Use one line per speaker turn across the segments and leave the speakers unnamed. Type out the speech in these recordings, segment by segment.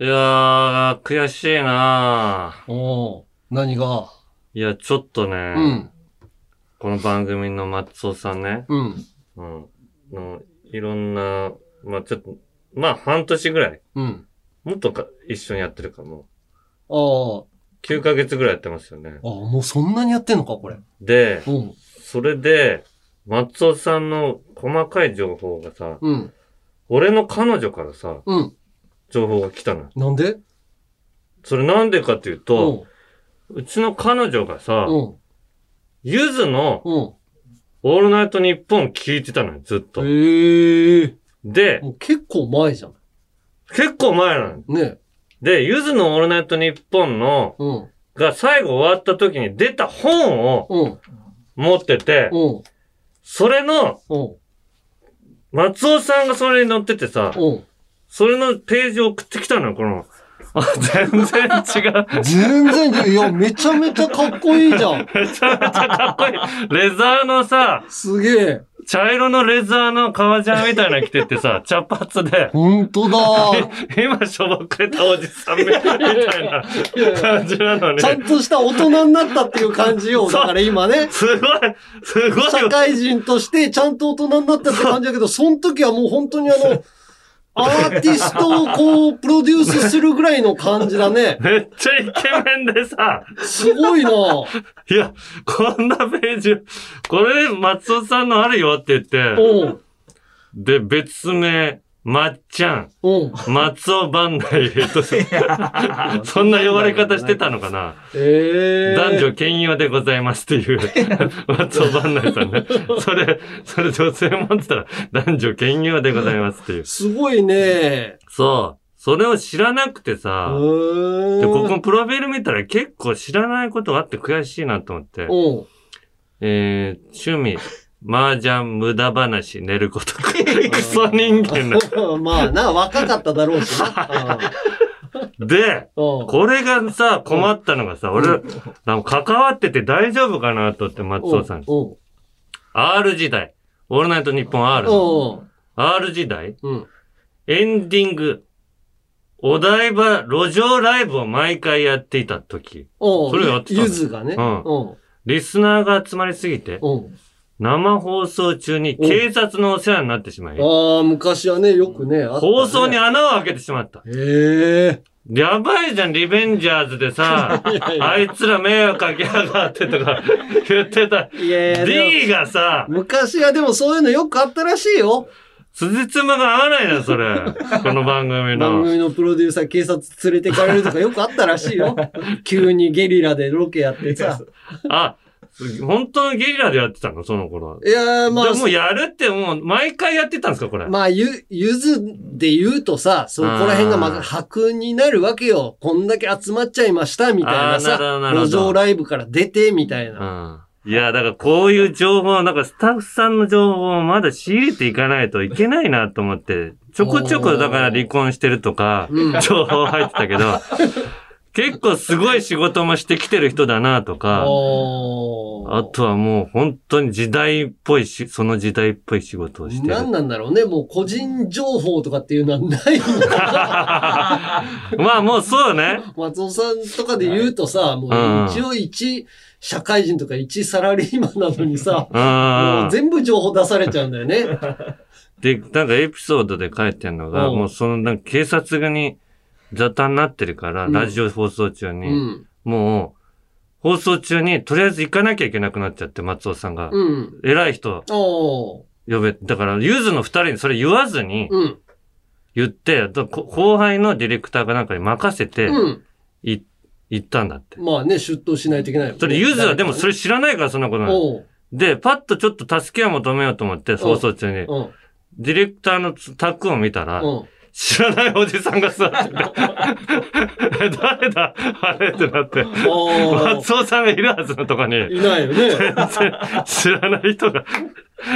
いやー、悔しいな
おー何が
ーいや、ちょっとね、
うん。
この番組の松尾さんね、
うん。
うん、のいろんな、まあちょっと、まあ半年ぐらい、
うん。
もっとか一緒にやってるかも。
あー
9ヶ月ぐらいやってますよね
あ。ー、もうそんなにやってんのか、これ。
で、
うん。
それで、松尾さんの細かい情報がさ、
うん。
俺の彼女からさ、
うん。
情報が来たのよ。
なんで
それなんでかっていうと、うちの彼女がさ
う、ん。
ゆずの
うん。
オールナイトニッポン聞いてたのよ、ずっと。
へえ。
で、
もう結構前じゃん。
結構前なの。
ねえ。
で、ゆずのオールナイトニッポンの、
うん。
が最後終わった時に出た本を
うん。
持ってて、
うん。
それの、
うん。
松尾さんがそれに載っててさ、
うん。
それのページを送ってきたのよ、この。あ、全然違う。
全然、いや、めちゃめちゃかっこいいじゃん。
めちゃめちゃかっこいい。レザーのさ、
すげえ。
茶色のレザーの革ジャンみたいなの着ててさ、茶髪で。
ほん とだ。
今しょぼくれたおじさんみたいな感じなのに。
ちゃんとした大人になったっていう感じよ。
そう
だから今ね。
すごい、すごい。
社会人としてちゃんと大人になったって感じだけど、その時はもう本当にあ の、アーティストをこう、プロデュースするぐらいの感じだね。
めっちゃイケメンでさ、
すごいなお
いや、こんなページ、これ松尾さんのあるよって言って、
うん。
で、別名、まっちゃん、
うん。
松尾番内と、そんな呼ばれ方してたのかな
ええー。
男女兼用でございますっていう、松尾番内さんね。それ、それ女性もってたら、男女兼用でございますっていう。
すごいね
そう。それを知らなくて
う
さ、
ーん。
で、ここのプロフィール見たら結構知らないことがあって悔しいなと思って、
こ。
えー、趣味、麻雀、無駄話、寝ること。クソ人間 だ。
うん。まあな、若かっただろう しな。
で、
うん。うん
これがさ、困ったのがさ、俺、なんか関わってて大丈夫かなと思って、松尾さんに。
うん。
R 時代。オールナイトニッポン R
う。ん。
R 時代
うん。
エンディング。お台場路上ライブを毎回やっていた時。
うん。
それやってたの
ゆずがね。
うん
うん。
リスナーが集まりすぎて、
うん。
生放送中に警察のお世話になってしまい、
ああ、昔はね、よくね、あったね
放送に穴を開けてしまった。
ええ
やばいじゃん、リベンジャーズでさ、あいつら迷惑かけやがってとか 言ってた。
いやいやで
D がさ、
も、昔はでもそういうのよくあったらしいよ。
辻褄が合わないな、そ れ。この番組
番
の。
組のプロデューサー警察連れてかれるとかよくあったらし いよ。急にゲリラでロケやってさ。
あ、本当のゲリラでやってたの、その頃は。
いやーま
でもう
あ、
やるってもう毎回やってたんですか、これ。
まあ、ゆ、ゆずで言うとさ、そこら辺がま
あー
ず破空になるわけよ。こんだけ集まっちゃいました、みたいな
あーな
さ
るほどな。るほど
路上ライブから出て、みたいな。
うんいや、だからこういう情報、なんかスタッフさんの情報をまだ仕入れていかないといけないなと思って、ちょこちょこだから離婚してるとか
うん、
情報入ってたけど、結構すごい仕事もしてきてる人だなとか、
おー
あとはもう本当に時代っぽいし、その時代っぽい仕事をしてる。
何なんだろうね。もう個人情報とかっていうのはないんだ。
まあもうそうね。
松尾さんとかで言うとさ、もう一応一社会人とか一サラリーマンなのにさ、
う
も
ん
う。全部情報出されちゃうんだよね。
で、なんかエピソードで書いてんのが、
うん
もうその、なんか警察に雑多になってるから、
うん
ラジオ放送中
う
に、
ん。
もう、放送中にとりあえず行かなきゃいけなくなっちゃって、松尾さんが。
うん。
偉い人
おー。
呼べ、だから、ゆずの二人にそれ言わずに
うん。
言って、だこ後輩のディレクターかなんかに任せて、
うん。
い行ったんだって。
まあね、出頭しないといけないもんね。
それ、ゆずはでもそ
れ、
れ知らないから、そんなことない。
おう
で、パッとちょっと助けを求めようと思って、放送中に。
うん。
ディレクターのタックを見たら、
うん。
知らないおじさんが座 ってて、え誰だあれってなって、
あ
松尾さんがいるはずのとこ
あ。
に、
いないよね。
知らない人が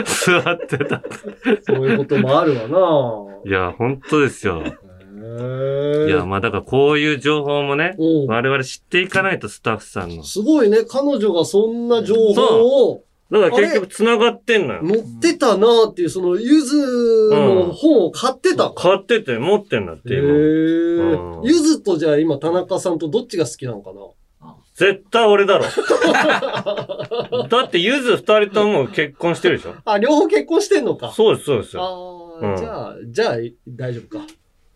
座ってた。
そういうこともあるわない
や、本当ですよ。い
へ
や、
え。
まあだからこういう情報もね、
おう
我々知っていかないとスタッフさんの。
すごいね。彼女がそんな情報を
だから結局繋がってんのよ。
持ってたなっていう、その、ゆずの本を買ってたの
買ってて持ってんだって
へえ
今。うん
ゆずとじゃあ今田中さんとどっちが好きなのかな
絶対俺だろ。 だって、ゆず二人とも結婚してるでしょ
あ、両方結婚してんのか。
そうです、そうですよ。
あ
うん
あ、じゃあ、じゃあ大丈夫か。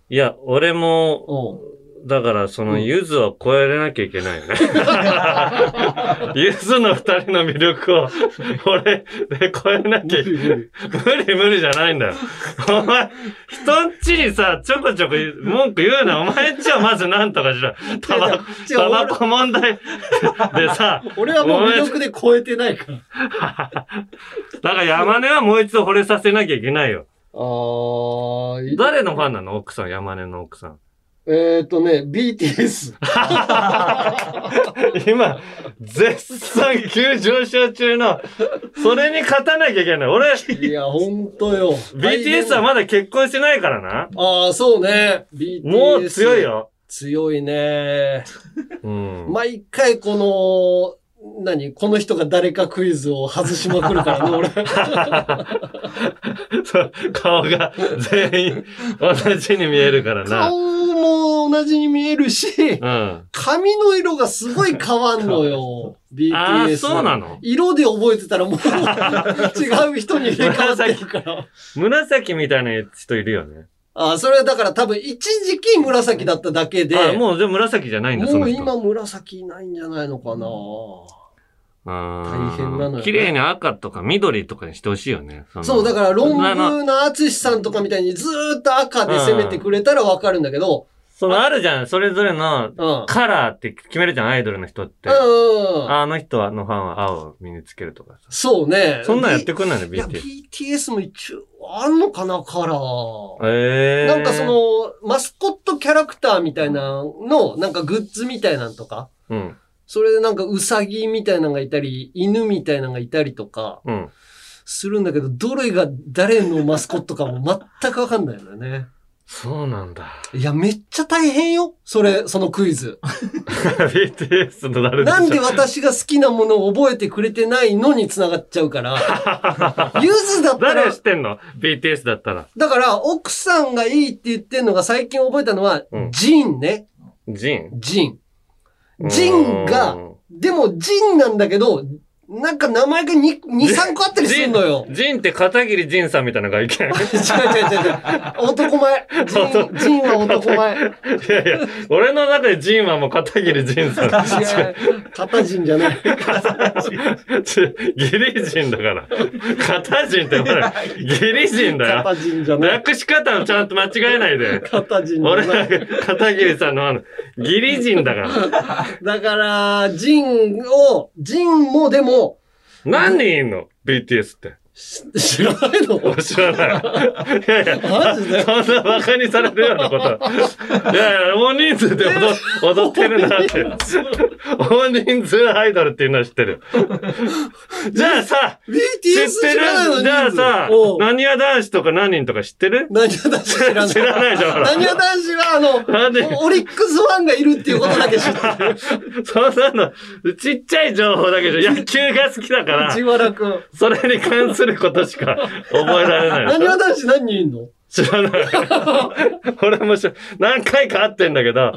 いや、俺も、
う
だから、その、ゆずは超えれなきゃいけないよね。 ゆずの二人の魅力を、俺、で超えなきゃいけない。
ん。
無理無理じゃないんだよ。お前、人んちにさ、ちょこちょこ文句言うな。お前んちはまずなんとかしろ。タバコ、
違う
タバコ問題でさ、
俺はもう魅力で超えてないから。あ
だから山根はもう一度惚れさせなきゃいけないよ。
あ、い
誰のファンなの奥さん、山根の奥さん。
えっ、ー、とね、BTS。
今、絶賛急上昇中の、それに勝たなきゃいけない。俺、
いや、ほんとよ。
BTS はまだ結婚してないからな。
ああ、そうね。BTS。
もう強い。よ。
強いね。
うん。
毎回この、何この人が誰かクイズを外しまくるからね、俺。
そう顔が全員同じに見えるからな。
顔も同じに見え るし、
うん。
髪の色がすごい変わんのよ。BTS。
ああ、そうなの
色で覚えてたらもう 違う人に入れ替わって るから。
紫みたいな人いるよね。
ああ、それはだから多分一時期紫だっただけで、
あもう、でも紫じゃないんだ、そ
も
の
う
人。
今紫いないんじゃないのかな。
大
大変なのよ
綺麗に赤とか緑とかにしてほしいよね。その
そう、だから論
あの
文の淳さんとかみたいにずーっと赤で攻めてくれたらわかるんだけど、
そのあるじゃん、それぞれの
うん。うん
カラーって決めるじゃん、アイドルの人って。
うんうん。
あの人のファンは青を身につけるとかさ。
そうね。
そんなんやってくんないの、
いや、
BT。
BTS も一応、あんのかな、カラー。
えー。
なんかそ、の、マスコットキャラクターみたいなの、なんかグッズみたいなんとか、
うん、
それでなんかウサギみたいなのがいたり、犬みたいなのがいたりとか
うん。
するんだけど、どれが誰のマスコットかも全くわかんないんだよね。
そうなんだ。
いや、めっちゃ大変よ。それ、そのクイズ。
BTS の誰でしょ
なんで私が好きなものを覚えてくれてないのに繋がっちゃ うから。ゆずだった
誰
ら
知っ、てんの ?BTS だったら。
だから奥さんがいいって言ってんのが最近覚えたのは
う、ん
ジンね。
ジン。
ジン。ジンが
うん
でもジンなんだけど、なんか名前が2、2、3個あったりするの よ。
ジンって片桐仁さんみたいな外見。
違う違う違う違う。男前。ジン、ジンは 男前。
いやいや、俺の中でジンはもう片桐仁さん。
違う。片人じゃない。
ちギリ人だから。片人ってほら、ギリ人だよ。
片人じゃない。
略し方をちゃんと間違えないで。
片人じゃ
俺
ない。、
片桐さんのあの、ギリ人だから。
だから、ジンを、ジンもでも、
何人いんの ?BTS って。
知らないの
俺知らない。いやいや、
マジで
そんな馬鹿にされるようなこと。いやいや、大人数で踊踊ってるなって。大人数アイドルっていうのは知ってる。じゃあさ、知っ
?BTS
て
知らないの
るじゃあさ
お、う
なにわ男子とか何人とか知ってる
なにわ男子知らない。
知らないじゃんほら
なにわ男子は、あ
なんで
の、オリックスファンがいるっていうことだけ知ってる。
そんなの、ちっちゃい情報だけど、野球が好きだ から
藤、原くん。
それに関することしか覚えられな
ないに
の。
わ男子何人いんの
知らない。俺もし何回か会ってんだけ ど、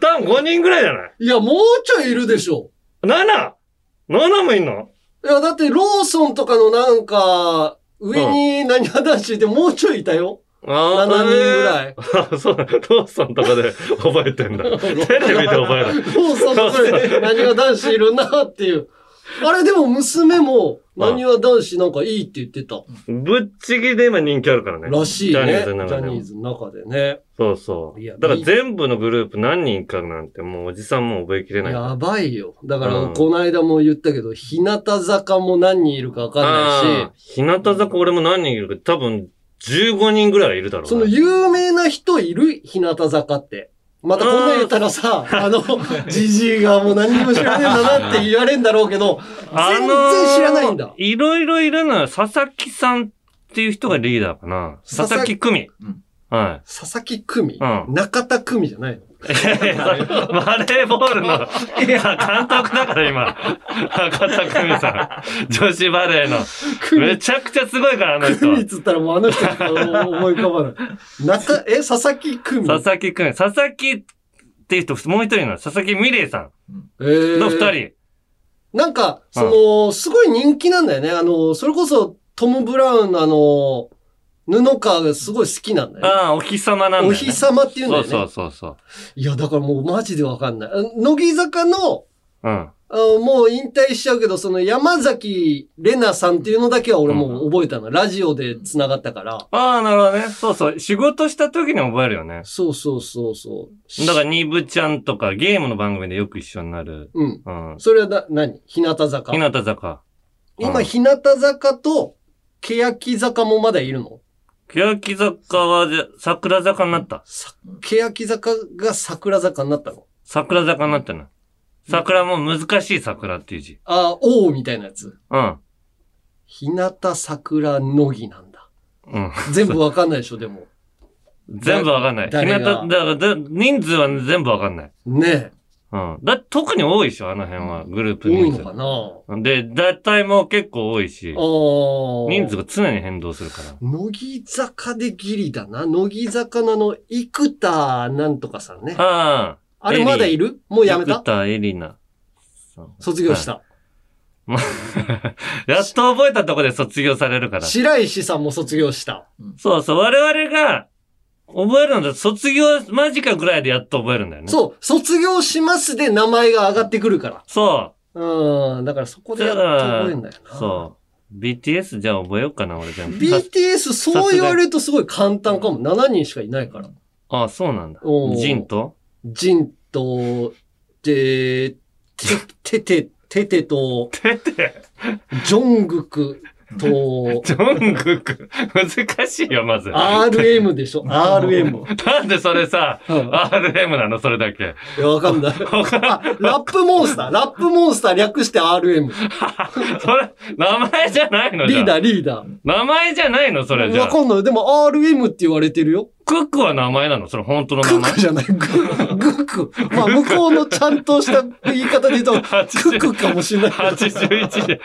多分5人ぐらいじゃない
いや、もうちょいいるでしょ。
?7!7 もいんの
いや、だってローソンとかのなんか、上に何話男子いてもうちょいいたよ。
あ
7人ぐらい。
あ、そうなのローソンとかで覚えて んだ。テレビで覚える。
ローソンとかで何話男子いるなっていう。あれでも娘も何話男子なんかいいって言ってた。
ぶっちぎりで今人気あるからね。
らし
ジ
いね。ジ
ャニー
ャ
ズの中でも
ニーズの中でね。
そうそう。
いや
だから全部のグループ何人かなんてもうおじさんも覚えきれない。
やばいよ。だか
う
ら
ん、
この間も言ったけど、日向坂も何人いるかわかんないし
ああ、日向坂俺も何人いるか多分15人ぐらいはいるだろうな。
その有名な人いる日向坂って。またこんなん言ったらさ、 あの、じじいがもう何にも知らねえんだなって言われんだろうけど、全然知らないん
あ
だ
の。ーいろいろいるのは佐々木さんっていう人がリーダーかな。
佐
佐
々
々木久美。
うん
はい。
佐々木久美、
うん
中田久美じゃないの
バレーボールのいや監督だから今。赤田久美さん。女子バレーの。
久
め
美、
ちゃくちゃすごいから、あの人
久
は
美っ。つったらもうあの人しか思い浮かばない。中、え、佐々木久美
佐々木くん。佐々木っていう人、もう一人の佐々木美玲さ
え
ん
ー
の二人。
なんか、その、すごい人気なんだよね。あの、それこそ、トム・ブラウンのあの、布川がすごい好きなんだよね。
ああ、お日様なんだよ、ね。
お日様っていうんだよね。
そうそうそう
いや、だからもうマジでわかんない。あ乃木坂の、
そう。うん。
あもう引退しちゃうけど、その山崎玲奈さんっていうのだけは俺もう覚えたの。ラジオで繋がったから。
ああ、なるほどね。そうそう。仕事した時に覚えるよね。
そうそうそうそう。
だから、ニブちゃんとか、ゲームの番組でよく一緒になる。
うん。
うん。
それはな、何日向坂
日。向坂。う
今、
ん
日向坂と、欅坂もまだいるの
欅坂は、じゃ桜坂になった。
さ欅坂が桜坂になったの
桜坂になったな。桜も難しい桜っていう字。
ああ、王みたいなやつ。
うん。
日向桜乃木なんだ。
うん。
全部わかんないでしょ、でも。
全部わかんない。日
誰
向、
が
だから、だ人数は全部わかんない。
ね
うん。だ、特に多いでしょ、あの辺は。グルー
え。多
プ
い
人
のかな
数。で、脱退も結構多いし
あ、あ。
人数が常に変動するから。
乃木坂でギリだな。乃木坂のあの、生田なんとかさんね。
ああ。
あれまだいるもうやめ
生
た
田エリナさん。
卒業した。
やっと覚えたとこで卒業されるから。
白石さんも卒業した。
そうそう。我々が覚えるのだと卒業間近ぐらいでやっと覚えるんだよね。う。
そう、卒業しますで名前が上がってくるから。
そ
うん、だからそこでやっと覚えんだよ
う。
な。
そう。BTS じゃあ覚えようかな、俺全部。
BTS そう言われるとすごい簡単かも。7人しかいないから。
ああ、そうなんだ
おー。
ジンと
ジンと、で、て、てて、ててと、
てて、
ジョングクと、
ジョングク。 難しいよ、まず。
RM でしょ ?RM。
なんでそれさ、
うん
RM なのそれだけ。
いや、わかんない。あラップモンスター。ラップモンスター略して RM。
それ、名前じゃないのじゃ
リー
あ
ダー、リーダー。
名前じゃないのそれじゃ
わ
あ
かんない。でも RM って言われてるよ。
クックは名前なのそれ本当の名
ク
前
ックじゃない。ググク。まあ、向こうのちゃんとした言い方で言うと、ク ックかもしれないけど。
81で。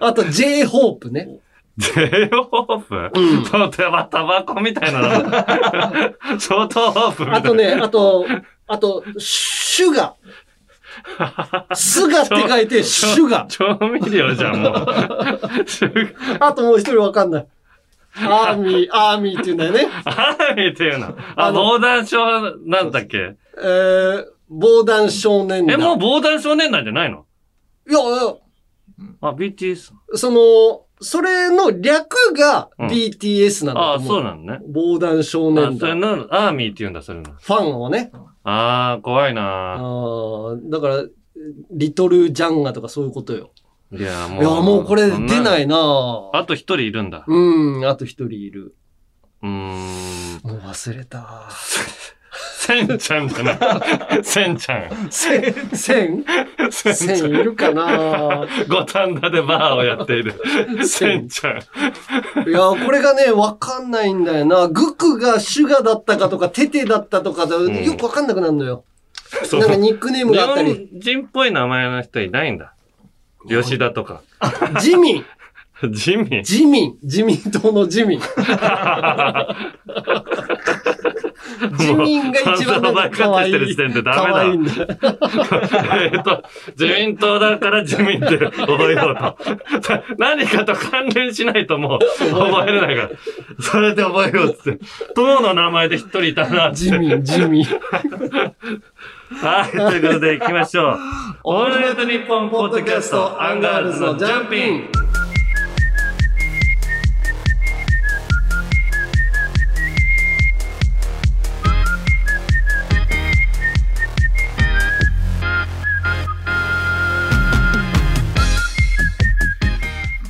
あと、J-Hope ね。
ゼロホープ
うん
ちょっとやば、タバコみたいな の。ショートホープみたいな。
あとね、あと、あと、シュガー。スガって書いて、シュガー。
調味料じゃん、もう。シュガー
あともう一人わかんない。アーミー、アーミーって言うんだよね。
アーミーっていうの。
あ
あ、
の
防弾症なんだっけ
えー、防弾少年
え、
団。
もう防弾少年団じゃないの
いや、いや
あ、BTS。
その、それの略が
うん
BTS なんだ
あ
と思う。
そうなのね。
防弾
あ、
少年
それ
団。
の、アーミーっていうんだ、それの。
ファンをね。
あー、怖い
あ
な
ーだから、リトルジャンガとかそういうことよ。
いや、も。。
いうや、もうこれ出ないいなぁ
あと一人いるんだ。
うん、あと一人いる。
うーん。
もう忘れた。
せんちゃ んじゃない。せんちゃん。
せん、せん、
せん
せんいるかな
五反田でバーをやっている。
せ
せ
ん
んちゃん。
いや、これがね、わかんないんだよな。グクがシュガだったかとか、テテだったとかだ、
ん
よくわかんなくなるのよ。
そ
なんか
う。
ニックネーム
日
があったり。
本人っぽい名前の人いないんだ。吉田とか。
ジミン、
ジミー。
ジミン、自民党のジ ミン。ジミンが一番な
散々お
んか可愛
前カットしてる
い。
時点でダメだ
可愛いんだよ。
えっと、自民党だから自民って覚えようと。 何かと関連しないともう覚えれ ないから。それで覚えようっつって。党の名前で一人いたなって。
ジミン、ジミン。
はい、ということで行きましょう。 オールナイトニッポンポッドキャスト、アンガールズのジャンピン。。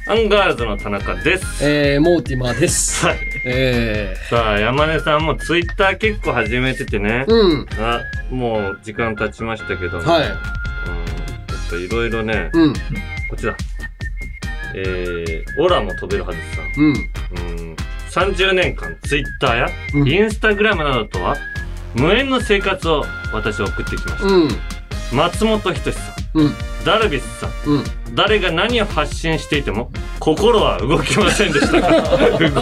アンガールズの田中です。
えー、モーティマーです。
はい。
え
さあ、山根さんもツイッター結構始めててね
ー、。うん。
あ、もう時間経ちましたけど。
は
うん。
い
ちょっといろいろね、
うん、
こっちだ。えー、オラも飛べるはずさん。
うん。
うん30年間ツイッターや
うん
インスタグラムなどとは無縁の生活を私は送ってきまし
うん、
た松本人志さん
うん、
ダルビスさん
うん。
誰が何を発信していても心は動きませんでしたが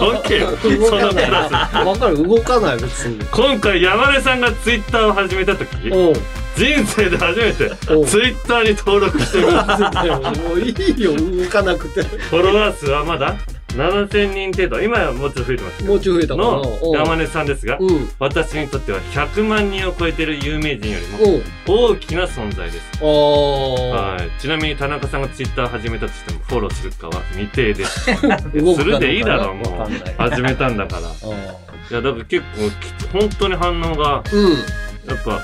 動けよ そのプラス
わかる、動かない、別に。
今回山根さんがツイッターを始めた時
うん。
人生で初めて
うん
ツイッターに登録してみた
もういいよ、動かなくて。
フォロワー数はまだ7000人程度今はもうちょっと増えてますけど
もうちょい増えたかな。
の山根さんですが
うん。うん。
私にとっては100万人を超えてる有名人よりも
うん。
大きな存在です、
あ
はい、ちなみに田中さんがツイッター始めたとしてもフォローするかは未定です
あ。動くかどうか
するでいいだろうもう
わかんない
始めたんだからい
あ
やだから結構きつ本当に反応が
ーうん。
やっぱ、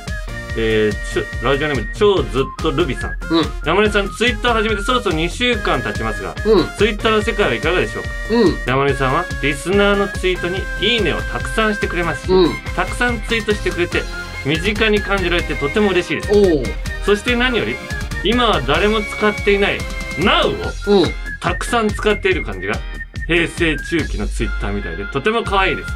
えー、ちょラジオネーム超ずっとルビさん、
うん
山根さんツイッター始めてそろそろ2週間経ちますが
うん。
ツイッターの世界はいかがでしょうか
うん。
山根さんはリスナーのツイートに「いいね」をたくさんしてくれますし、
うん。
たくさんツイートしてくれて身近に感じられてとても嬉しいです
お
そして何より今は誰も使っていない「Now」を
お。うん。
たくさん使っている感じが平成中期のツイッターみたいでとても可愛いです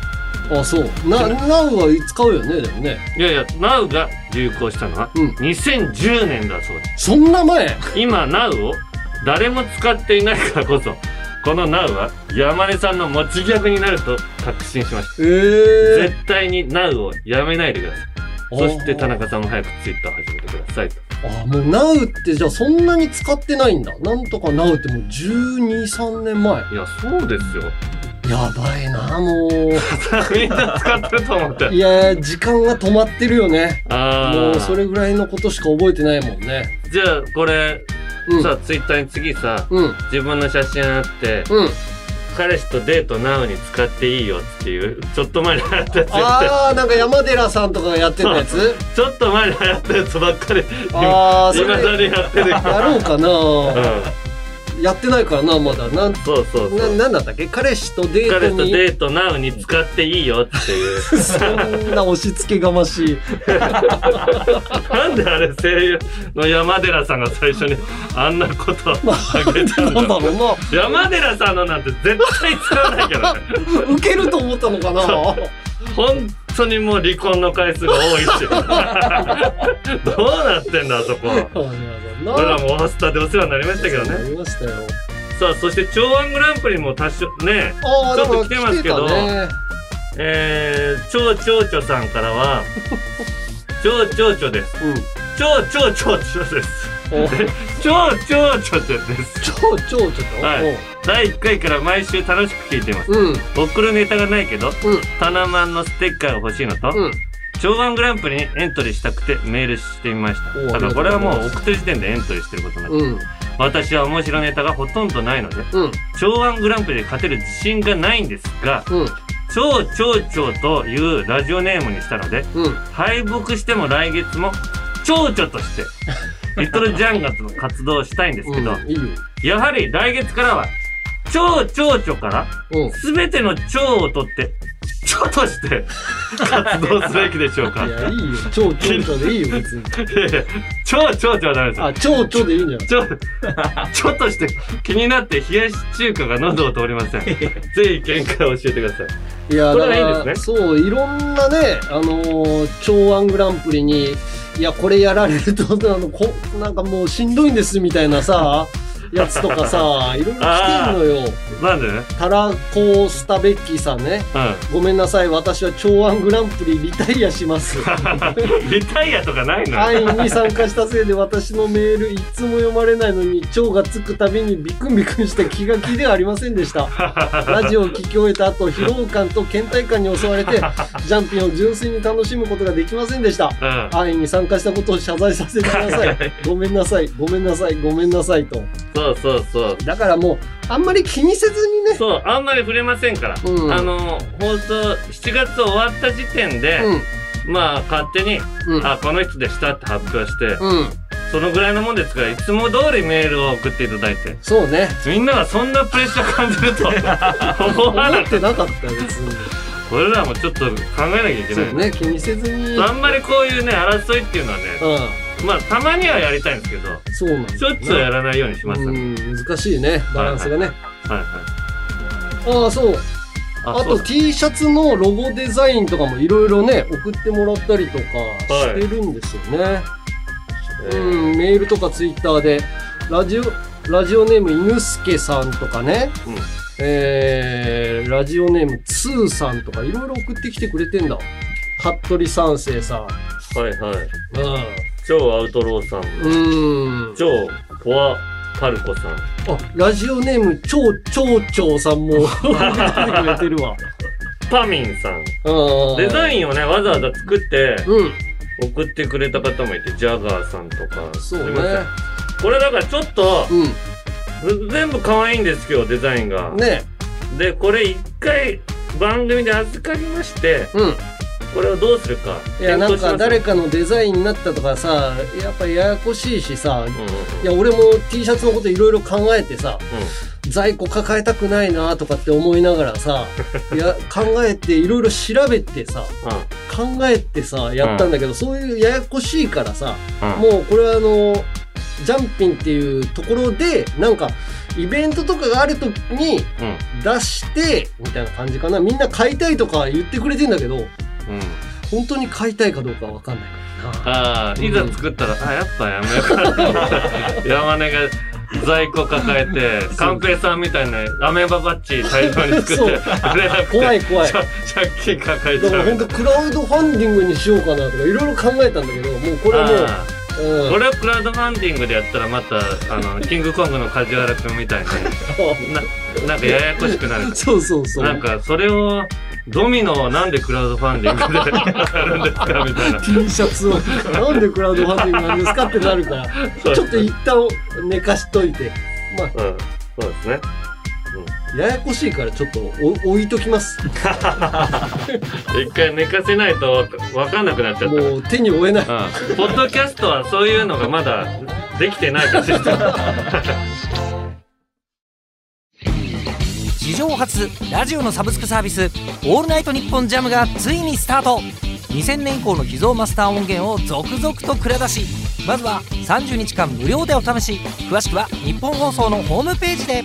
あ、そう。な、ナウは使うよね、でもね。
いやいや「Now」が流行したのは
うん。
2010年だそうです
そんな前
今「Now」を誰も使っていないからこそこの「Now」は山根さんの持ち逆になると確信しました
ええ
絶対に Now をやめないでください。
ー。
そして田中さんも早く Twitter を始めてくださいと。
ああ、もうナウってじゃあそんなに使ってないんだ。なんとかナウってもう12、3年前。
いや、そうですよ。
やばいな、もう。
みんな使ってると思って。
いやー、時間が止まってるよね。も
あ
うそ
あ。
れぐらいのことしか覚えてないもんね。
じゃあ、これ、
うん。
さ、Twitter に次さ、
うん。
自分の写真あって、
うん。
彼氏とデート Now に使っていいよっていう、ちょっと前に流行ったやつ言っ
ああ、なんか山寺さんとかがやってたやつ
て、ちょっと前に流行ったやつばっかり、今、
ああ、そ
今
れ。
何やってる
や
か。
ろう か
う
な。
ん。
やってないからな、まだ。なん、
そうそうそ
な、
う。
なんだったっけ彼氏とデ
彼氏
ート
と
に。
デート Now に使っていいよっていう。
そんな押し付けが ましい。
なんであれ声優の山寺さんが最初にあんなことをあげた
なん
んだ
だろ
ろう
うな。
山寺さんのなんて絶対使わないけどね
受けると思ったのかな
本当にもう離婚の回数が多いし どうなってんだあそこは
あな
俺らも「オースター」でお世話になりましたけど
あ
ね
りましたよ。
さあそして「超腕グランプリ」も多少ね
ああ、
ちょっと
だか
来てま
ら
すけど
来てたね
えー、超超超さんからは「超超超です
うん。」
「超超超超です」
お
「超超超超です」
超超ちょっと。
はい第1回から毎週楽しく聞いています
うん。うん。
送るネタがないけど
うん。
タナマンのステッカーが欲しいのと、
うん。
超腕グランプリにエントリーしたくてメールしてみまし
おー
たただこれはもう送ってる時点でエントリーしてることになる、
うん。
私は面白ネタがほとんどないので
うん。
超腕グランプリで勝てる自信がないんですが
うん。
超超超というラジオネームにしたので
うん。
敗北しても来月も蝶々と してリトルジャンガとの活動をしたいんですけど、
うん。いいよ。
やはり来月からは超超々から
うん。
すべての蝶を取って、蝶と して活動すべきでしょうか
い。や、いいよ。超超超でいいよ、別に。
蝶、蝶ってはダメですよ。
あ、超超でいいんじゃない
蝶、蝶として気になって冷やし中華が喉を通りません。ぜひ見解を教えてください。
いや、
そ
だ
れ
か
がいい
ら、
ですね
そう、いろんなね、あのー、超腕グランプリに、いや、これやられると、 あの、こ、なんかもうしんどいんです、みたい なさ、やつとかさ、いろいろ来てんのよ。
なんでね。
タラコスタベッキーさんね。ごめんなさい、私は超腕グランプリリタイアします。
うん。リタイアとかないの
会員に参加したせいで私のメールいつも読まれないのに蝶がつくたびにビクンビクンして気が気ではありませんで した。ラジオを聞き終えた後疲労感と倦怠感に襲わ れてジャンピンを純粋に楽しむことができませんでした。
うん。
会員に参加したことを謝罪させてください。ごめんなさい、ごめんなさい、ごめんなさいと。
そうそうそう。
だからもうあんまり気にせずにね。
そう、あんまり触れませんから。
うん
あの、放送、7月終わった時点で、まあ、勝手に、
うん、うん、
あ、この人でしたって発表して、
うん。
そのぐらいのもんですから、いつも通りメールを送っていただいて、
そうね。
みんながそんなプレッシャー感じると
思
思わなく
っ
て、
てなかったよ別に。
俺らもちょっと考えなきゃいけ
そ。
ないう
ね、気にせずに。
あんまりこういうね、争いっていうのはね、
う
まあ、たまにはやりたいんですけど、
ん、そうなんだよな
しょっちゅうやらないようにしました。
う
はい
ん、難しいね、バランスがね。
はい。
ああ、そう。
あ
あ
そう
と T シャツのロゴデザインとかもいろいろね、送ってもらったりとかしてるんですよね。
えー
うん、メールとかツイッターで、ラジオ、ラジオネーム犬助さんとかね、
うん
えーラジオネームつーさんとかいろいろ送ってきてくれてんだ服部三世さん
はいはい。
う
超アウトローさん。
んうん
超ポアパルコさん。
あラジオネームちょうちょうちょうさんも 送ってきてくれてる わ
パミンさん。
うん
デザインをね、わざわざ作って
うん
送ってくれた方もいて、ジャガーさんとか。
そう
すい
ね
ませんこれだからちょっと、
う
全部可愛いんですけど、デザインが。
んね
で、これ一回番組で預かりまして、
うん
これをどうするか。
いやなんか誰
か。
かのデザインになったとかさやっぱややこしいし
う
さ
んうん
いや俺も T シャツのこといろいろ考えてさ、在庫抱えたくないなとかって思いながらさいや考えていろいろ調べてさ考えてさやったんだけど、そういうややこしいからさ、
うん
もうこれはあのジャンピンっていうところでなんかイベントとかがある時に
うんうん
出してみたいな感じかなみんな買いたいとか言ってくれてんだけど
うん。
本当に買いたいかどうかわかんないからな。
ああ、いざ作ったら、あ、やっぱやめようかな。山根が在庫抱え て、寛平さんみたいなアメーババッチ大量に作って、
そう
売れなくて
怖い怖い
借借金抱えち
だか
ゃ
ら
う
本。当クラウドファンディングにしようかなとかいろいろ考えたんだけどもうこれはもう
あ
う
あ
ん
これをクラウドファンディングでやったらまた、あの、キングコングの梶原くんみたいに、ななんかややこしくなる。
そうそうそう。
なんか、それを、ドミノをなんでクラウドファンディングでやるんですかみたいな。
T シャツをなんでクラウドファンディングなんですかってなるからちょっと一旦寝かしといてまあ
うん、そうですね。
ややこしいからちょっとお置いときます
一回寝かせないとわかんなくなっちゃった。
もう手に負 えない
うんポッドキャストはそういうのがまだできてないかし ら。
史上初ラジオのサブスクサービス「オールナイトニッポンジャムがついにスタート2000年以降の秘蔵マスター音源を続々と蔵出しまずは30日間無料でお試し詳しくは日本放送のホームページで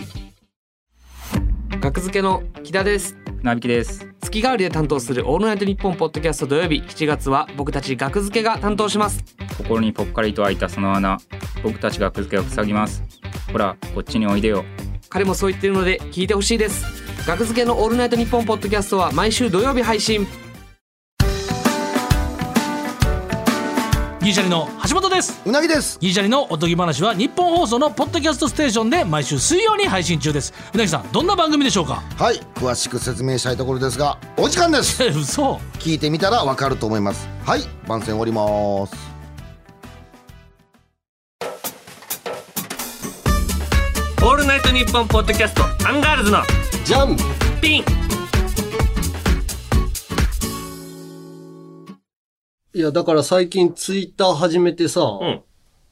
学付けの木田です
なびきです。
月替わりで担当するオールナイトニッポンポッドキャスト土曜日7月は僕たち学付けが担当します
心にぽっかりと開いたその穴、僕たちがくずけを塞ぎます。ほら、こっちにおいでよ。
彼もそう言ってるので聞いてほしいです学付けのオールナイトニッポンポッドキャストは毎週土曜日配信
ギリシャリの橋本です
うなぎです
ギリシャリのおとぎ話は日本放送のポッドキャストステーションで毎週水曜に配信中ですうなぎさんどんな番組でしょうか
はい詳しく説明したいところですがお時間です
え嘘
聞いてみたらわかると思いますはい番宣終わります
オールナイトニッポンポッドキャスト、アンガールズの
じゃん
ピン。
いやだから最近ツイッター始めてさ、
ん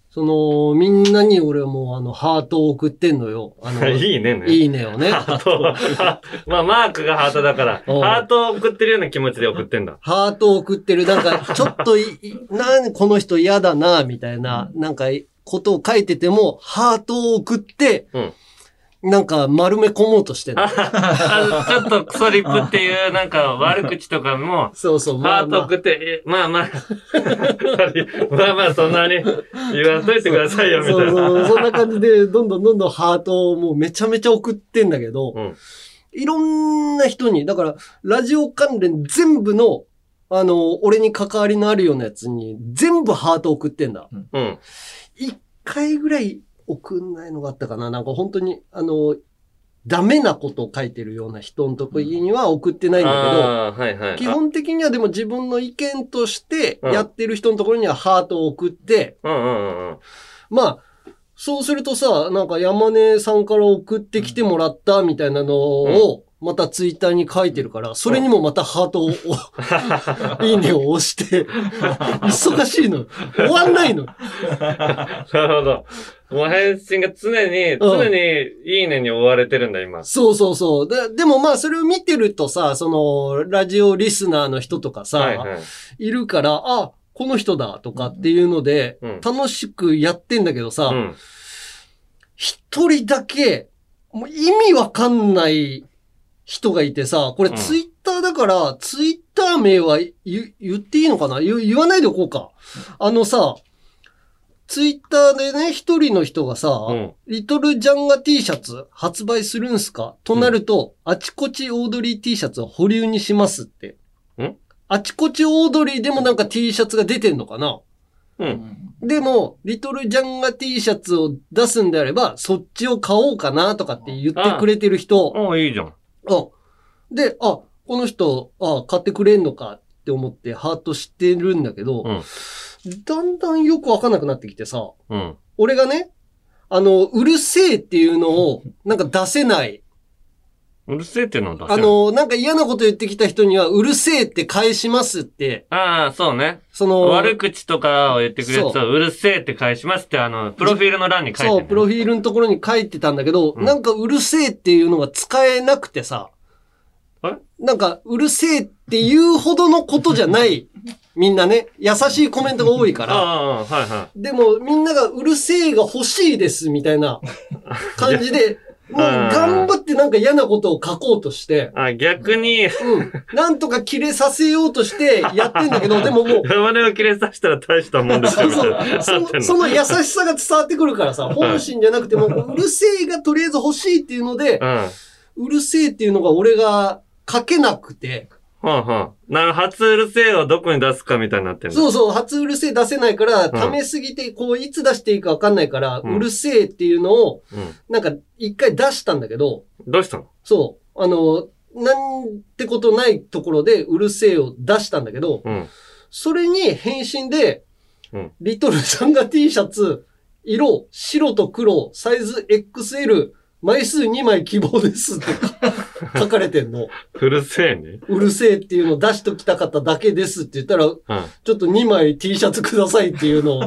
そのみんなに俺もうあのハートを送ってんのよあ の
いいね、ね。
いいねをね
あと、 まあ、マークがハートだから、
うん
ハートを送ってるような気持ちで送ってんだ。
ハートを送ってる、な んか、ちょっとい、いなん、この人嫌だな、みたいな、なんか、ことを書いてても、ハートを送って、
うん
なんか、丸め込もうとして る。
あちょっとクソリップっていう、なんか悪口とかも、
そうそう、
ハート
ま
送って、えまあま あ、まあまあ、そんなに言わんといてくださいよ、みたい
そう
な。
そう、そんな感じで、どんどんどんどんハートをもうめちゃめちゃ送ってんだけど、
うん
いろんな人に、だから、ラジオ関連全部の、あの、俺に関わりのあるようなやつに、全部ハート送ってんだ。
うん。
一回ぐらい送んないのがあったかななんか本当に、あの、ダメなことを書いてるような人のとこには送ってないんだ
ああー、はいはい。
けど、基本的にはでも自分の意見として
うん
やってる人のところにはハートを送って、
あ。うんうんうんうん。
まあ、そうするとさ、なんか山根さんから送ってきてもらったみたいなのを、またツイッターに書いてるから、それにもまたハートを、 おいいねを押して、忙しいの。終わんないの。
なるほど。もう返信が常に、常にいいねに追われてるんだ、今。
そうそうそう。ででもまあそれを見てるとさ、その、ラジオリスナーの人とかさ、
はい
い
はい。
るから、あ、この人だとかっていうので、
うん
楽しくやってんだけど
う
さ、
ん。
一、人だけ、もう意味わかんない人がいてさ、これ
うん
ツイッターだから、ツイッター名は言言っていいのかな言言わないでおこうか。あのさ、ツイッターでね、一人の人がさ、
うん
リトルジャンガ T シャツ発売するんすかとなると、あちこちオードリー T シャツは保留にしますって。
ん
あちこちオードリーでもなんか T シャツが出てんのかな
うん。
でも、リトルジャンガ T シャツを出すんであれば、そっちを買おうかなとかって言ってくれてる人、
ああ、いいじゃん。
うんで、あ、この人、あ、買ってくれんのかって思ってハートしてるんだけど、
うん
だんだんよくわかんなくなってきてさ、
うん。
俺がね、あの、うるせえっていう のを、なんか出せない。
うるせえっていうのを出せ
あ
る。
の、なんか嫌なこと言ってきた人には、うるせえって返しますって、
ああ、そうね。
その、
悪口とかを言ってくるやつ
そ
をうるせえって返しますって、あの、プロフィールの欄に書いて
そう、プロ
フ
フィールのところに書いてたんだけど、
うん
なんかうるせえっていうのが使えなくてさ
え、
なんかうるせえっていうほどのことじゃない、 みんなね、優しいコメントが多いか
あ
ら、
あ、はいは
でもみんながうるせえが欲しいですみたい な感じで、もう頑張ってなんか嫌なことを書こうとして、
い。あ、逆に、
うん、なんとか切れさせようとしてやってんだけ ど、でももう、
山根を切れさせたら大したもんです
そ
よ、
う
みたいな。
そう
なってん
そ
の
その優しさが伝わってくるからさ、本心じゃなくても、うるせえがとりあえず欲しいっていうので
う、ん。は
うるせえっていうのが俺が書けなくて、
あはあ。なる初うるせえをどこに出すかみたいになってんの。
そうそう、初うるせえ出せないから、
ん
溜めすぎて、こう、いつ出していいかわかんないから、
うん
うるせえっていうのを、
うん。
なんか一回出したんだけど、
どうしたの
そう、あの、なんてことないところでうるせえを出したんだけど、
うん。
それに返信で、
うん
リトルさんが T シャツ、色、白と黒、サイズ XL、枚数2枚希望ですって書書かれてんの。
うるせえね。
うるせえっていうのを出しときたかっただけですって言ったら、
うん。あ
ちょっと2枚 T シャツくださいっていうのを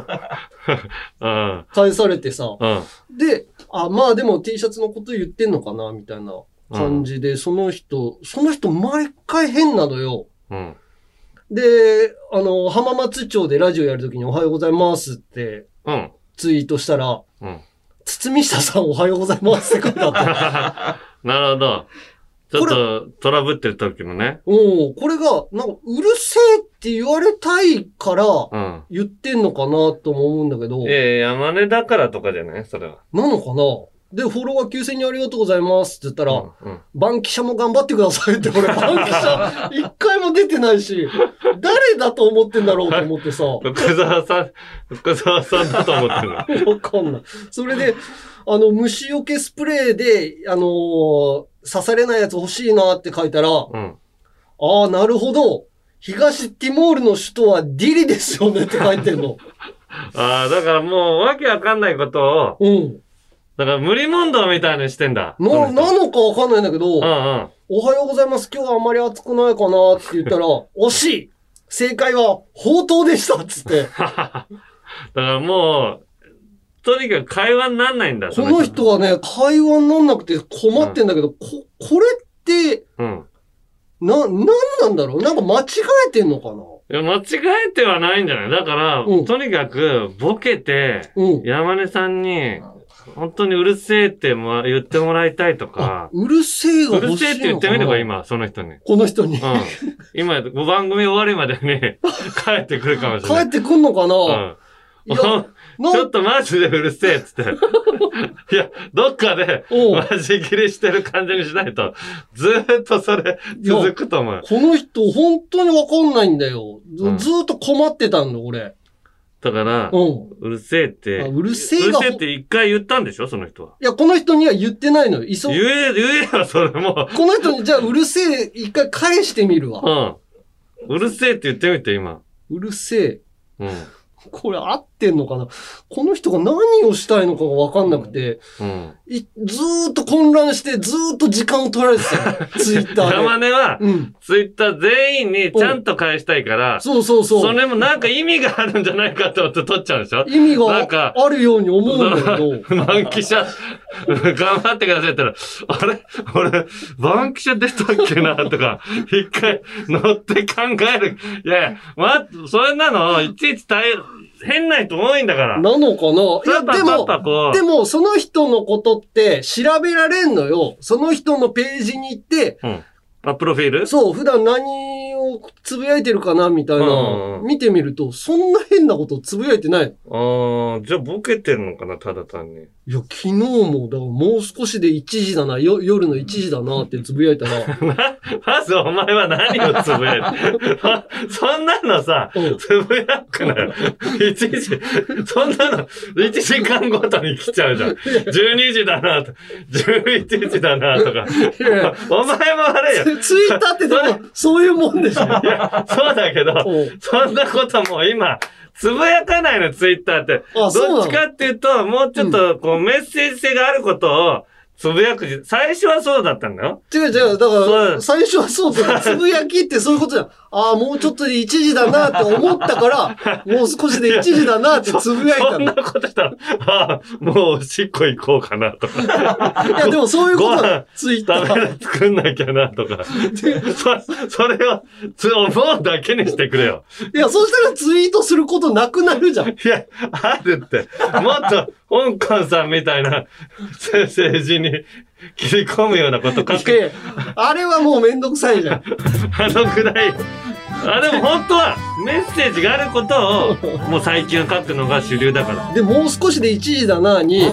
あ。。
返されてさ
うん。
で、あ、まあでも T シャツのこと言ってんのかなみたいな感じで、その人、その人毎回変なのよ。
うん。
で、あの、浜松町でラジオやるときにおはようございますって
うん。
ツイートしたら、
うん。
堤下さんおはようございますって書いてあった。
なるほど。ちょっとトラブってる時のね。
おこれが、なんか、うるせえって言われたいから、
うん。
言ってんのかなとも思うんだけど。
いやいや、山根だからとかじゃないそれは。
なのかなで、フォロワー9000人ありがとうございますって言ったら、
うん。うん
バンキシャも頑張ってくださいって、 俺、バンキシャ、一回も出てないし、誰だと思ってんだろうと思っ てさ、わ
福沢さん、福沢さんだと思ってるの。
かんない。それで、あの、虫除けスプレーで、あのー刺されないやつ欲しいなって書いたら、
うん。
ああ、なるほど。東ティモールの首都はディリですよねって書いてんの。
ああ、だからもう、わけわかんないことを、
うん。
だから無理問答みたいにしてんだ。こ
な、
の人
なのかわかんないんだけど、
うんうん。
おはようございます。今日はあんまり暑くないかなって言った ら、惜しい正解は、宝刀でしたっ つって。
だからもう、とにかく会話になんないんだ。
この。人はね、会話になんなくて困ってんだけ ど、こ、これって、
うん。
な、なんなんだろうなんか間違えてんのかない
や、間違えてはないんじゃないだから、
うん
とにかく、ボケて、
うん。
山根さんに、本当にうるせえっても言ってもらいたいと
あ
か、、
うるせえが
うる
欲しい
せ
のかな
えって言ってみれば、。今、その人 に。
この人に。
うん。今、番組終わりまで に帰ってくるかもしれない。
帰ってくんのかな、
うん。
いや、な
ちょっ
ん
とマジでうるせえっつ って。いや、どっかで、
うん
マジ切りしてる感じにしないと、ずーっとそれ続くと思う。
この人、本当にわかんないんだよ。ず
うん
ずーっと困ってたんだ、俺。
だから
う、ん。
うるせえって、
あ
う
うるせえ
る
が
せ
ほ、
えって一回言ったんでしょその人は。
いや、この人には言ってないのよ。急
言え、言えよ、それも。
この人にじゃあうるせえ一回返してみるわ。
うん。うるせえって言ってみて、今。
うるせえ。
うん。
これ合ってんのかなこの人が何をしたいのかがわかんなくて、
うん。
いずーっと混乱して、ずーっと時間を取られてたよ。ツイッタ
山
ーで。
根は、
うん。
ツイッター全員にちゃんと返したいから、
そうそうそ。
そうれもなんか意味があるんじゃないかと思って撮っちゃうんでしょ
意味
なんか
があるように思うんだけ ど。
バンキシャ、頑張ってくださいって言ったら、あれ俺、バンキシャ出たっけなとか、一回乗って考える。いやいや、ま、それなの、いちいち大変な人多いんだから。
なのか
パ
な
パ
いや、で
パ
も、
パこ
でも、その人のことって調べられんのよ。その人のページに行って、
う。あ、プロフィール
そう、普段何をつぶやいてるかなみたいな、
うん
見てみると、そんな変なことつぶやいてない。
ああ、じゃあボケてんのかな、ただ単に。
いや、昨日も、だからもう少しで1時だな、よ夜の1時だなってつぶやい たら、
まずお前は何をつぶやいて そんなのさ、
うん
つぶやくなよ。1時、そんなの、1時間ごとに来ちゃうじゃん。12時だなと、11時だなとか。
や
お前も悪いよ。
ツイッターってでも、そういうもんでしょ。
いや、 そうだけど、
うん
そんなこともう今、つぶやかないの、ツイッターって。ど
あそうなの
っちかっていうと、もうちょっと、こう、メッセージ性があることを、つぶやくじ、最初はそうだったんだよ。
違う違う、だか
う
ら、
ん
最初はそうと か、つぶやきってそういうことじゃん。ああ、もうちょっとで1時だなって思ったから、もう少しで1時だなってつぶやい
そ
た
んな
の。
ことしたら、ああ、もうおしっこ行こうかなとか、
いや、でもそういうこと
ご
だ
飯
よ。ツイッタ
食べ
ー。
る作んなきゃなとか、そ、それを、つ、思うだけにしてくれよ。
いや、そしたらツイートすることなくなるじゃん。
いや、あるって。もっと、香港さんみたいな、せ政治に切り込むようなこと書く
であれはもうめんどくさいじゃん。
あのくらい。あ、でも本当はメッセージがあることを、もう最近は書くのが主流だから。
で、もう少しで1時だなに、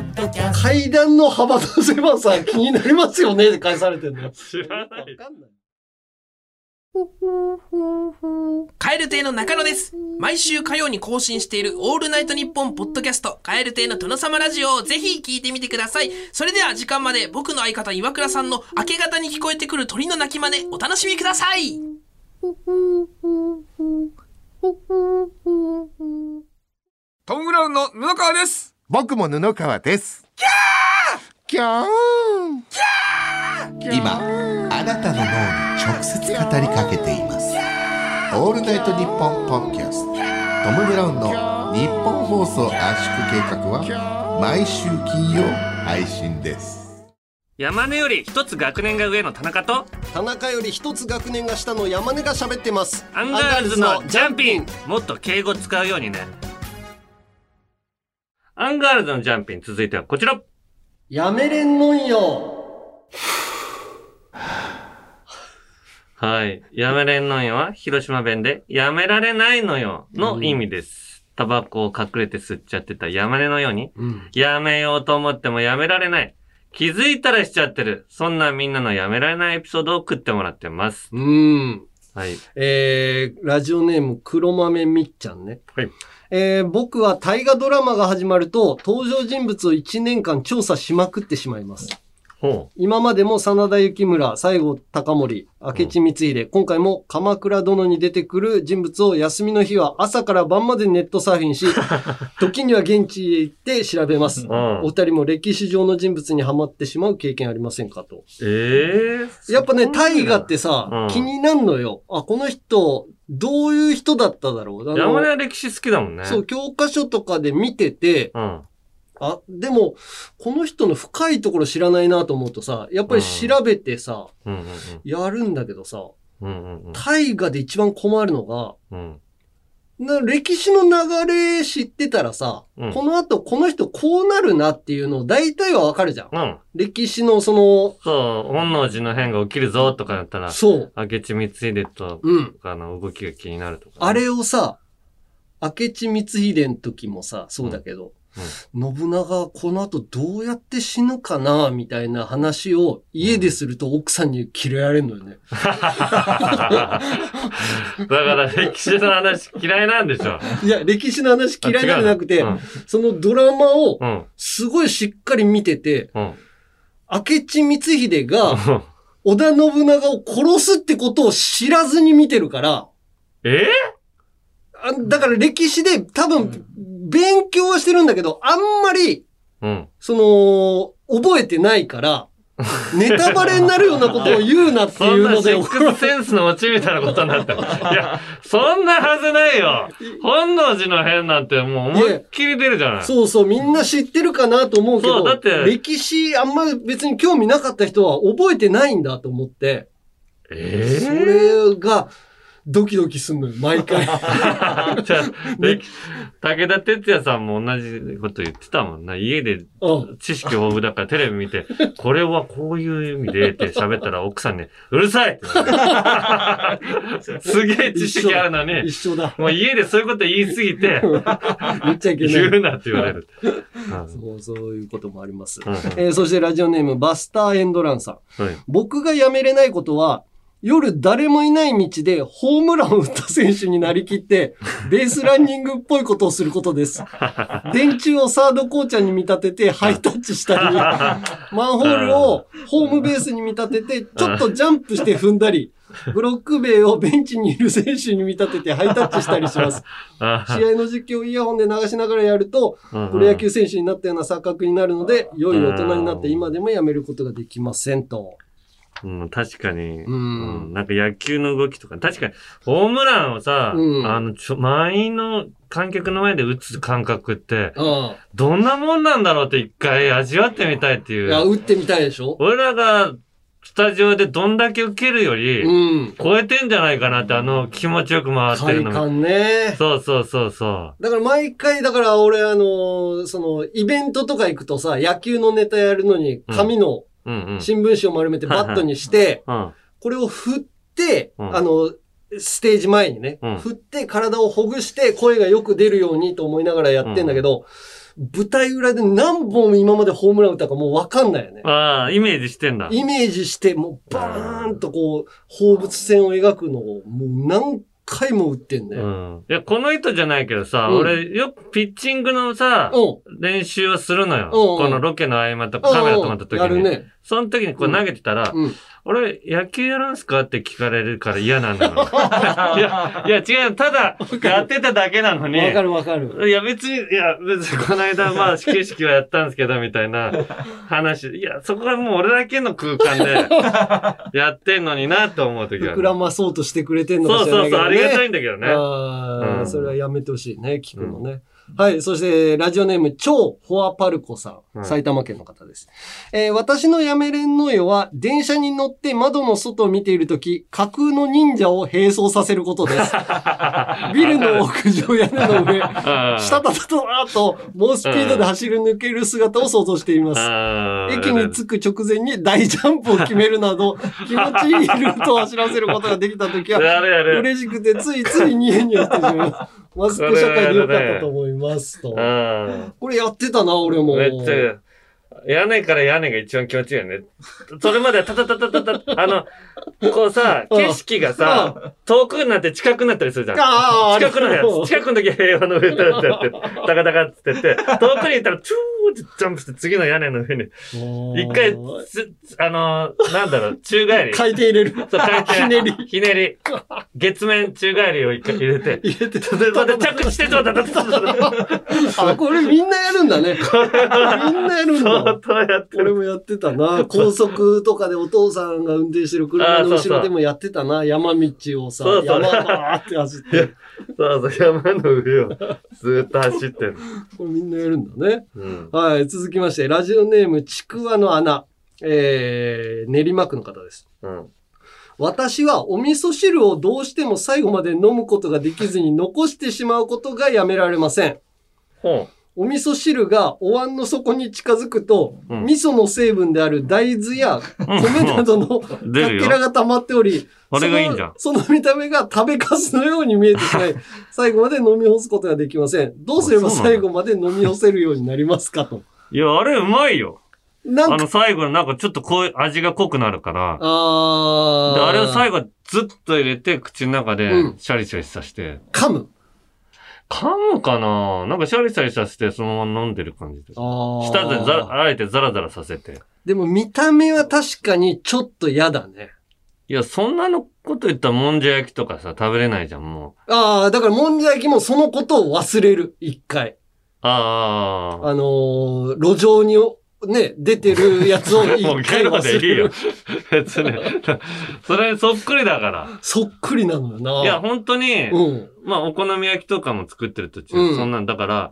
階段の幅の狭さ気になりますよねって返されてるのよ。
知らない
わかんない。
蛙亭の中野です。毎週火曜に更新しているオールナイトニッポンポッドキャスト、蛙亭の殿様ラジオをぜひ聞いてみてください。それでは時間まで僕の相方岩倉さんの明け方に聞こえてくる鳥の鳴き真似、お楽しみください。
トム・ブラウンの布川です
僕も布川です。キャーキャー今、あなたの脳に直接語りかけています。オールナイトニッポンポッドキャスト、トム・ブラウンの日本放送圧縮計画は、毎週金曜配信です。
山根より一つ学年が上の田中と、
田中より一つ学年が下の山根が喋ってます。
アンガールズのジャンピンもっと敬語使うようにね。アンガールズのジャンピン続いてはこちら。
やめれんのんよ。
はい。やめれんのよは広島弁で、やめられないのよの意味です。タバコを隠れて吸っちゃってたやめれのように、やめようと思ってもやめられない。気づいたらしちゃってる。そんなみんなのやめられないエピソードを送ってもらってます。
うん。
はい。
えー、ラジオネーム黒豆みっちゃんね。
はい。
えー、僕は大河ドラマが始まると登場人物を1年間調査しまくってしまいます。
ほ
今までも真田幸村、西郷隆盛、明智光秀、今回も鎌倉殿に出てくる人物を休みの日は朝から晩までネットサーフィンし、 時には現地へ行って調べます。
う。うん
お二人も歴史上の人物にはまってしまう経験ありませんかと。
ええー。
やっぱね、大河ってさ、
うん
気になんのよ。あ、この人、どういう人だっただろう。あの
山根は歴史好きだもんね。
そう、。教科書とかで見てて、
うん。
あ、でも、この人の深いところ知らないなと思うとさ、やっぱり調べてさ、
うん
やるんだけどさ、
うんうん。うんうんうん
大河で一番困るのが、
うん。
な歴史の流れ知ってたらさ、
うん
この後この人こうなるなっていうのを大体はわかるじゃん。
うん。
歴史のその、
そう、本能寺の変が起きるぞとかだったら、
そう、
明智光秀と
うん。
かの動きが気になるとか、
あれを さ、明智光秀の時もさ、そうだけど、信長はこの後どうやって死ぬかな、みたいな話を家ですると奥さんに嫌いられるのよね。
だから歴史の話嫌いなんでしょ。
いや、歴史の話嫌いじゃなくて、
あ違う
そのドラマを
うん。
すごいしっかり見てて、
うん。
明智光秀 が
うん。
織田信長を殺すってことを知らずに見てるから、
え
あだから歴史で多分勉強はしてるんだけど、あんまり
うん。
その、覚えてな いから、ネタバレになるようなことを言うなって
そ
い
ん
う
な
の
シ
で
ッ
怒ら
ク
れ
スセンスのオチみたいなことに なってる。いや、そんなはずないよ。本能寺の変なんてもう思いっきり出るじゃない。
そうそう、みんな知ってるかなと思うけ
そ
ど
うだって、
歴史あんま別に興味なかった人は覚えてないんだと思って、
え
そ
ー
れが、ドキドキすんのよ、毎 回。
じゃあで武田鉄矢さんも同じこと言ってたもんな。家で知識豊富だからテレビ見 て、これはこういう意味でって喋ったら奥さんに、うる さいって言われてすげえ知識あるのに、
一緒 だ。
もう家でそういうこと言いすぎて、
言っちゃいけない。
言うなって言われる。
そうそういうこともあります。
うんうん
えーそしてラジオネーム、バスターエンドランさん。
はい
僕がやめれないことは、夜誰もいない道でホームランを打った選手になりき って、ベースランニングっぽいことをすることです。電柱をサードコーチャーに見立ててハイタッチ したり、マンホールをホームベースに見立てて、ちょっとジャンプして踏んだり、ブロック塀をベンチにいる選手に見立ててハイタッチしたりします。試合の実況をイヤホンで流しながらやると、
うんうん
プロ野球選手になったような錯覚になるので、良い大人になって今でもやめることができませんと。
うん、確かに、うんんなんか野球の動きとか、確かに、ホームランをさ、
うん
あの、ちょ、満員の観客の前で打つ感覚って、
うん。
どんなもんなんだろうって一回味わってみたいっていう。
いや、打ってみたいでしょ
俺らがスタジオでどんだけ受けるより、
うん
超えてんじゃないかなって、あの気持ちよく回ってるの
快感ね。
そうそうそうそ
だから毎回、だから俺、あのーその、イベントとか行くとさ、野球のネタやるのに、紙
う。
の
うんうん。
新聞紙を丸めてバットにして、
うん。
これを振って、
うん
あの、ステージ前にね、
うん
振って体をほぐして声がよく出るようにと思いながらやってんだけど、舞台裏で何本今までホームラン打ったかもうわかんないよね。
ああ、イメージしてんだ。
イメージして、もうバーンとこう、放物線を描くのをもう何回も打ってんだよ。
うん。いや、この人じゃないけどさ、
うん
俺、よくピッチングのさ、練習をするのよ。
うんうん
このロケの合間とかカメラ止まった時に。
やるね。
その時にこう投げてたら、俺、野球やるんすかって聞かれるから嫌なんだ よ。いや、いや違う。ただ、やってただけなのに。
わかるわかる。
いや、別に、いや、別に、この間、ま あ、始球式はやったんですけど、みたいな話。いや、そこはもう俺だけの空間で、やってんのにな、と思う時はあ
膨
る。
らまそうとしてくれてんのか
そう
しら
そう
ない
そう、あ
け
り
どね
がたいんだけどね。
あ
う
ー
ん
それはやめてほしいね、聞くのね。はい。そして、ラジオネーム、超フォアパルコさん。
はい
埼玉県の方です。えー私のやめれんのよは、電車に乗って窓の外を見ているとき、架空の忍者を並走させるこ とです。ビルの屋上屋根の上、したたたたーっと、猛スピードで走り抜ける姿を想像しています。
駅
駅に着く直前に大ジャンプを決める など、気持ちいいルートを走らせることができたときは、
やるやる
嬉しくてついついニヤニヤしてしまい ます。マスク社会でよかったと思いますと。
うん。
これやってたな、俺も。
めっちゃ、屋根から屋根が一番気持ちいいよね。それまではタタタタタタ、あの、こうさ、景色がさ、遠くになって近くになったりするじゃん。
あーある
近くのやつ、近くの時は平和の上だってやって、ダカダカって言って、遠くに行ったら、チューってジャンプして次の屋根の上に、一回、つあのー、なんだろう、宙返り。
回転入れる。
そう、回転。
ひねり。
ひねり。月面宙返りを一回入れて。
入れて、
で、また着地して、そうだ、だ
あ、これみんなやるんだね。みんなやるんだ。
そうやって
俺もやってたな。高速とかでお父さんが運転してる車の後ろでもやってたな。山道をさ、
そうそう
山バーって走って。
そうそう、山の上をずーっと走ってる。
これみんなやるんだね。
うん。
はい、続きまして、ラジオネーム、ちくわの穴。えー、練馬区の方です。
うん。
私はお味噌汁をどうしても最後まで飲むことができずに残してしまうことがやめられません。
ほ
お味噌汁がお椀の底に近づくと、
うん
味噌の成分である大豆や米などのか
う。 出る
けら
よ。
が溜まっており、
あれがいいんじゃん
その その見た目が食べかすのように見えてし まい、最後まで飲み干すことができません。どうすれば
あそうなんだ
最後まで飲み干せるようになりますかと。
いや、あれうまいよ。
なん
あ
か
の、最後のなんかちょっとこう、味が濃くなるから。
あ
で、
ー
あれを最後ずっと入れて、口の中で
う、
シャリシャリさせて。
噛む。
噛むかななんかシャリシャリさせて、そのまま飲んでる感じで。舌でざあえてザラザラさせて。
でも見た目は確かにちょっと嫌だね。
いや、そんなのこと言ったらもんじゃ焼きとかさ、食べれないじゃん、もう。
ああ、だからもんじゃ焼きもそのことを忘れる。一回。
ああ。
あのー路上にお、ね、出てるやつを 一
もうゲ
回
ロ
忘れ
でいいよ
る。。
別に。 それそっくりだから。
そっくりなのよな。
いや、本当に、
うん。
まあ、お好み焼きとかも作ってる途中、
うん
そんなん、だから、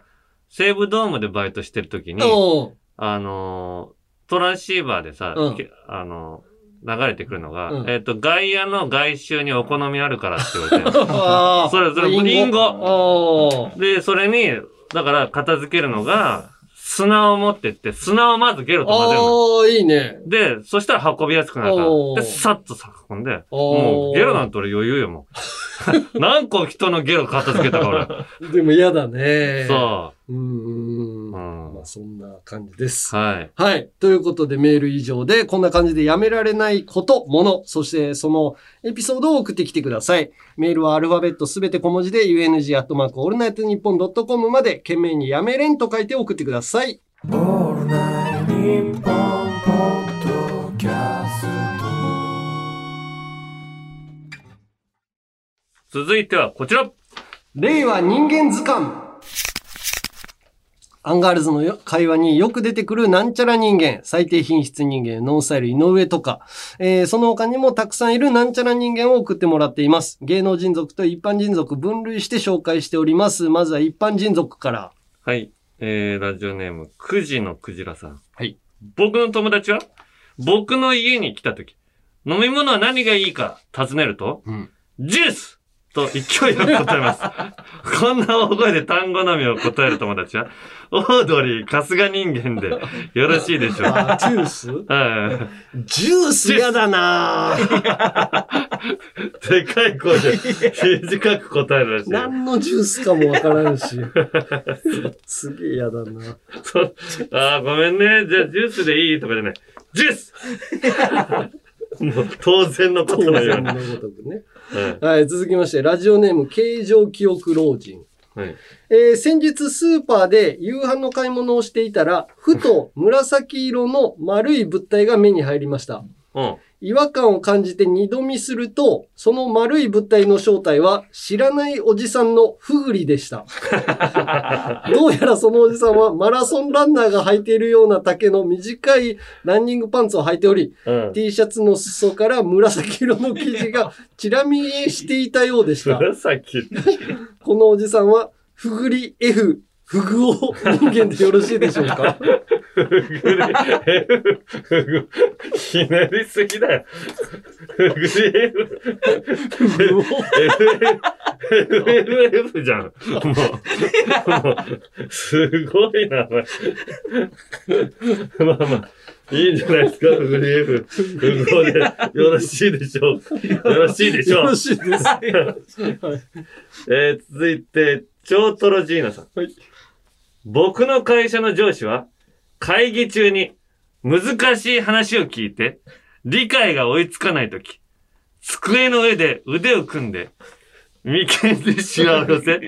西武ドームでバイトしてる時に、
うん。
あのートランシーバーでさ、
うん
けあの流れてくるのが、
うん
えっ、と、外野の外周にお好みあるからって言われて
あー
それ、それ、リンゴ。
リン
で、それに、だから片付けるのが、砂を持ってって、砂をまずゲロと混ぜるの。
ああ、いいね。
で、そしたら運びやすくなるから
お、ー
で、さっと運んで、
おー
もうゲロなんて俺余裕よ、も う。何個人のゲロ片付けたか俺。
でも嫌だね。。
そう
うんうん。まあそんな感じです。
はい。
はい。ということでメール以上で、こんな感じでやめられないこと、もの、そしてそのエピソードを送ってきてください。メールはアルファベットすべて小文字で、u n g アットマークオールナイトニッポンドットコムまで、懸命にやめれんと書いて送ってください。
続いてはこちら
令和人間図鑑アンガールズのよ会話によく出てくるなんちゃら人間、最低品質人間、ノンスタイル井上とか、えーその他にもたくさんいるなんちゃら人間を送ってもらっています。芸能人族と一般人族分類して紹介しております。まずは一般人族から。
はい。えー、ラジオネーム、くじのくじらさん。
はい。
僕の友達は、僕の家に来た時飲み物は何がいいか尋ねると、ジュースと勢いよく答え ます。こんな大声で単語並みを答える友達は、オードリー、春日人間でよろしいでしょう か。
あジュース
はい。
ジュース嫌だなぁ
でかい声で短く答えるらしい。
何のジュースかもわからん し。すげえ嫌だな
そうああ、ごめんね。じゃあ、ジュースでいいとかじゃない。ジュース もう、当然のことのように。
当然のごとくね。はい、続きまして、ラジオネーム、形状記憶老人。
はい。
えー先日スーパーで夕飯の買い物をしていたら、ふと紫色の丸い物体が目に入りました。
うん。
違和感を感じて二度見すると、その丸い物体の正体は知らないおじさんのフグリでした。どうやらそのおじさんはマラソンランナーが履いているような丈の短いランニングパンツを履いており、
うん
T シャツの裾から紫色の生地がちら見えしていたようでした。
紫。
このおじさんは、ふぐり F、ふぐお人間でよろしいでしょ うか
ひねりすぎだよ。ふぐり F。FFF じゃん。もう、もうすごいな、お前。まあまあ、いいんじゃないですか、ふぐり F。ふぐおで、よろしいでしょう。よろしいでしょう。
よろしいです。
えー続いて、超トロジーナさん。僕の会社の上司は、会議中に難しい話を聞いて、理解が追いつかないとき、机の上で腕を組んで、眉間でしわを寄せ、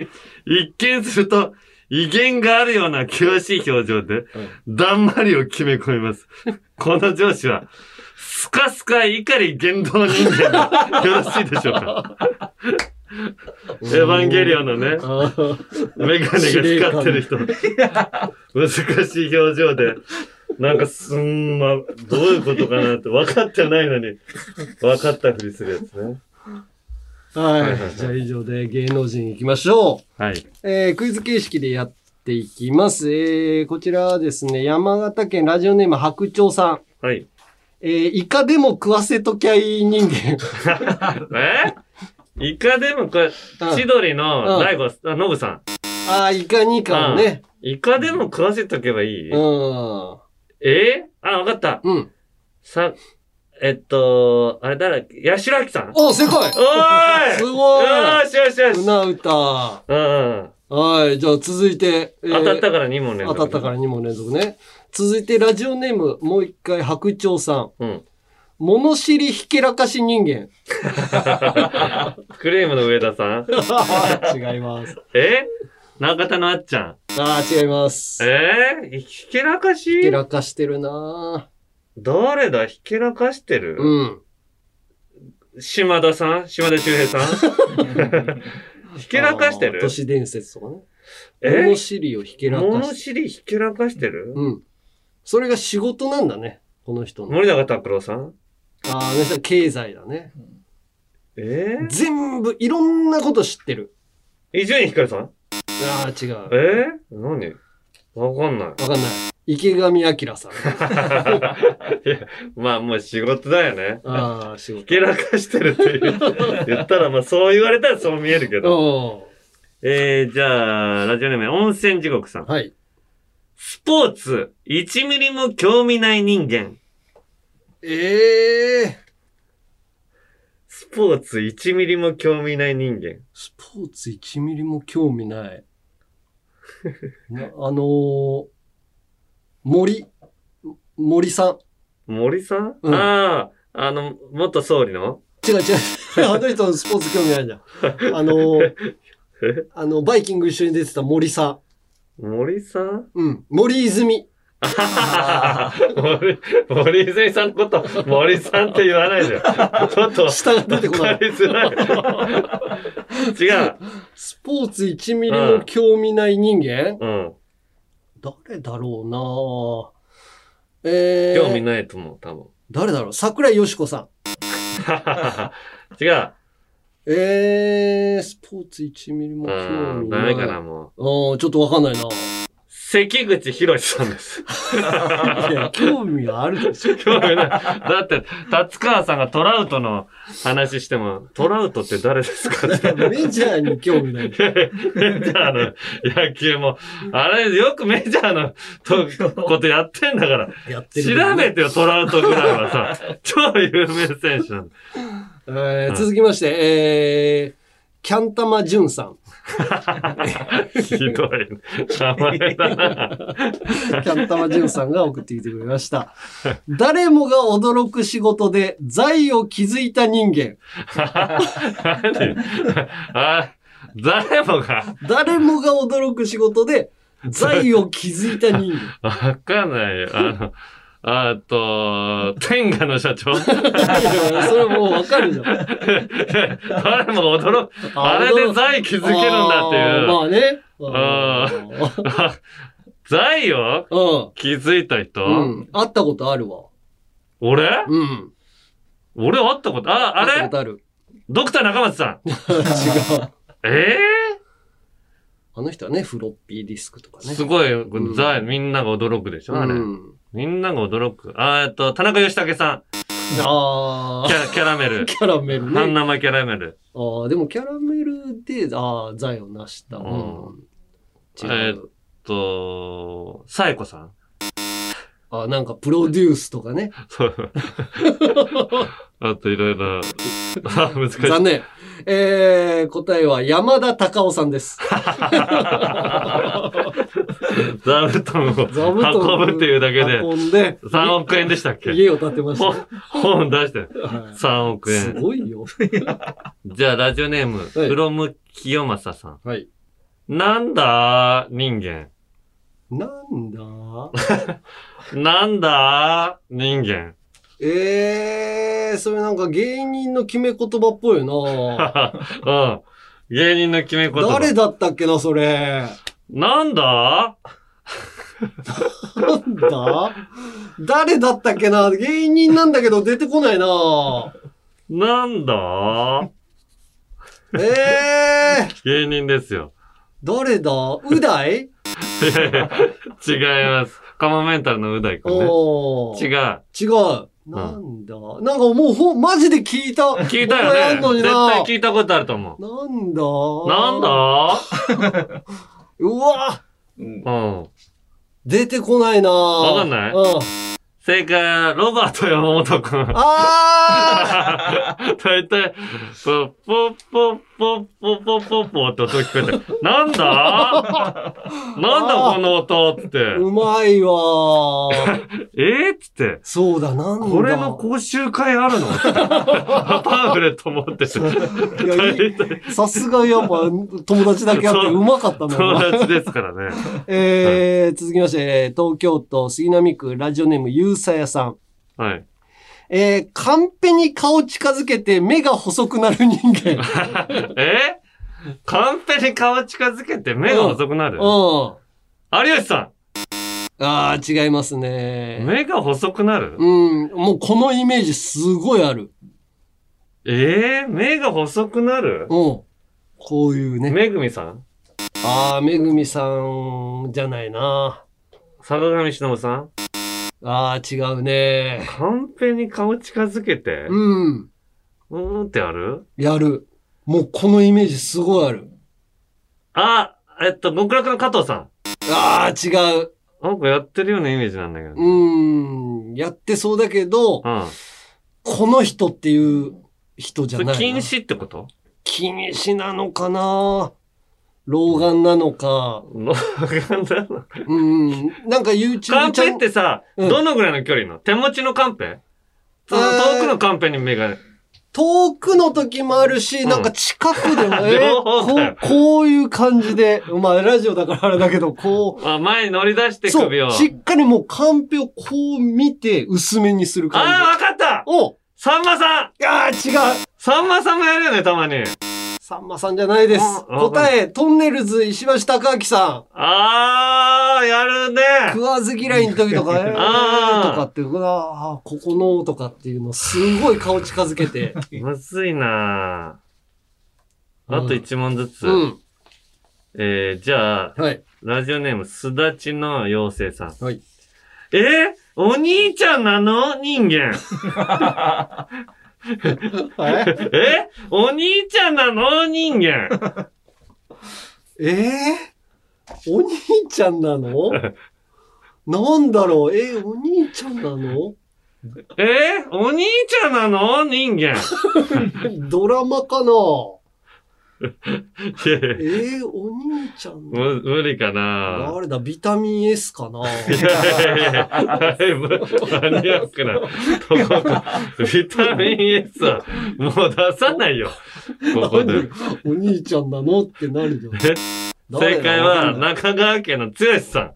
一見すると、威厳があるような険しい表情で、だんまりを決め込みます。この上司は、スカスカ怒り言動人間で、よろしいでしょうか。エヴァンゲリオンのね、メガネが光ってる人、難しい表情で、なんかすんま、どういうことかなって分かってないのに、分かったふりするやつね。
はい。じゃあ以上で芸能人行きましょう。
はい。
えークイズ形式でやっていきます。えーこちらはですね、山形県ラジオネーム白鳥さん。
はい。
えーイカでも食わせときゃいい 人間。
えイカでもこれ、千鳥の大悟、あ、ノブさん。
ああ、イカにイカをね。
うん。イカでも食わせとけばいい
うん。
えーあ、わかった。
うん。
さ、えっと、あれ誰だっけヤシラキさん
お、正解
おーい
すご
よ
い
しよしよし
船歌。
うん。
はい、じゃあ続いて。えー
当たったから2問連
当
続。
たったから2問連続ね。続いてラジオネーム、もう一回、白鳥さん。
うん。
物知りひけらかし 人間。
クレームの上田さん
違います。
え中田のあっちゃん。
ああ、違います。
えー、ひけらかし
ひけらかしてるな
誰だひけらかしてる
ぁうん。
島田さん島田秀 平さんひけらかして
あー
る
都市伝説とかね。
え
物知りをひけらか
物
し
知りひけらかしてる
うん。それが仕事なんだね。この人の。
森永拓郎さん
ああ、あの人は経済だね。
えー
全部、いろんなこと知ってる。
伊集院光さん
ああ、違う。
えー何わかんない。わ
かんない。池上彰さん。
いやまあもう仕事だよね。
ああ、仕事。
ひけらかしてるって 言う言ったら、まあそう言われたらそう見えるけど。えー、じゃあ、ラジオネーム、温泉地獄さん。
はい。
スポーツ、1ミリも興味ない人間。
ええ
スポーツ、1ミリも興味ない人間。
スポーツ1ミリも興 味ない。なあのー、森、森さん。
森さん、
うん
ああ、あの、元総理の
違う違 う。あの人スポーツ興味ないじゃん。あのー、 あの、バイキング一緒に出てた森さ
森さん
ん。うん。森泉。
森、森泉さんのこと、森さんって言わないじゃん。ちょっと、
下が出てこない
わかりづらい。違う。
スポーツ1ミリも興味ない人間、
うん。
誰だろうなえー、
興味ないと思う、多分。
誰だろう桜井よしこさん。
違う。
えー、スポーツ1ミリも興
う
味
ん、
ない。
ダメかな、もう。
あーちょっとわかんないな。
関口博さんです。
いや、興味があるでしょ。
興味ないだって、達川さんがトラウトの話しても、トラウトって誰ですかって。
メジャーに興味な
メ
い。
ジャーの野球も、あれ、よくメジャーのとことやってんだから、
やってる、
調べてよ、トラウトぐらいはさ、超有名選手なんだ。
えー続きまして、えー、キャンタマジュンさん。
ひどい名前だな。
キャンタマジュンさんが送ってきてくれま した。誰もが驚く仕事で財を築いた人間。
何あ、誰もが、
誰もが驚く仕事で財を築いた人間。
わかんないよ。あの、あと、天下の社長。
いやそれはもうわかるじゃん。
誰も驚く。あれで財気づけるんだってい
あー
う。
まあね。
あ財を
うん。
気づいた人、
うん。会ったことあるわ。
俺
うん。
俺会ったこと、あ、あ
会った
れ
ことある。
ドクター中松さん。
違う。
え
あの人はね、フロッピーディスクとか
え
ね。
すごい、
ん
財、みんなが驚くでしょ、あれ。
うん
みんなが驚く。あえっと、田中義武さん。
あ
キ
あ。
ャキャラメル。
キャラメル
半
ね。
生キャラメル。
ああ、でもキャラメルで、ああ、財を成した。うん
うん。
違
え
う。
と、サイコさん。
ああ、なんかプロデュースとか ね。
そう。あといろいろ。あ、難しい。
残念。えー、答えは山田隆夫さ んです。
座布団
座布団
を運ぶっていうだけで、
運んで、
3億円でしたっけ
家を建てましたね。
本本出して、
はい
3億
す
円。
ご いよ。
じゃあ、ラジオネーム、フロム清正さん。
はい。
なんだー、人間。
な んだ
なんだー、人間。
えー、それなんか芸人の決め言葉っぽいよな
うん。芸人の決め 言葉。
誰だったっけな、それ。
なんだ
なんだ誰だったっけな芸人なんだけど出てこないな
なんだ
ええー、
芸人ですよ。
誰だうだい
いやいや違います。カモメンタルのう大くんね。
おー
違う。
違う。なんだ、なんかもうほん、マジで聞いた。
聞いた
覚えあん
よ
の
ね。
に
絶
な
対聞いたことあると思う。
なんだ
なんだ
うわ
うん。
出てこないなわ
かんない
うん。
正解は、ロバート山本くん。
あ
大体、そう、ポッポッポッポッポッポッポって音聞こえて、なんだなんだこの音っつって、
ーうまいわー
えーっつって、
そうだ、なんだ
これの講習会あるのパンフレット持ってて、
いやいい
大体
さすがやっぱ友達だけあってうまかったな。
友達ですからね。
えー、続きまして、えー東京都杉並区ラジオネームゆうさやさん。
はい。
えー、カンペに顔近づけて目が細くなる人 間。
えカンペに顔近づけて目が細くなる
うん。
有吉さ
あー、違います
ん
ね。
目が細くなる
うん。もうこのイメージすごいある。
えー、目が細くなる
うん。こういうね。
めぐみさん
あー、めぐみさんじゃないな。
坂上忍さん
ああ、違うね。
カンペに顔近づけて、
うん。
うーんってある
やる。もうこのイメージすごいある。
あ、えっと、極楽の加藤さ
ああ、違う。
ん。なんかやってるようなイメージなんだけど。
うーん。やってそうだけど、
うん。
この人っていう人じ
そ
ゃない
れ禁
な。
止って こと
禁止なのかな老眼なのか。
のなんだ
うん。なんか YouTube チ
カンペ
ャ
っ
ン
てさ、
うん
どのぐらいの距離の手持ちのカンペその
えー
遠くのカンペに目が、
遠くの時もあるし、
ん
なんか近 くでも、え
両方
こ
だよ
う、こういう感じで、まあラジオだからあれだけど、こ
あ前に乗り出して
う、そう
首を。、
しっかりもうカンペをこう見て薄めにする
ああ、
感
わかった
じ。お
さんまさん
ああ、違う
さんまさんもやるよね、たまに。
さんまさんじゃないです
あ。あ
答え、トンネルズ石橋貴明 さ
ああ、やるね。
ん。食わず嫌いの時 とか、えー、と
ああ
かって、うわあ、ここの、とかっていうの、すごい顔近づ けて。
むずいなああと一問ずつ。
うん。
えー、じゃあ、
はい。
ラジオネーム、すだちの妖精さん。
はい。
えー、お兄ちゃんなの人間。 えお兄ちゃんなの人間。
ええお兄ちゃん なのなんだろうえお兄ちゃんなの
えお兄ちゃんなの人間。
ドラマかない
やいや
えお兄ちゃんなの
む無理かな
誰だビタミン S かない
やいやいやだいぶマニアックなとこか。ビタミン S はもう出さないよ。ここで。
お兄ちゃんなのってな るよ。
正解は中川家の剛さ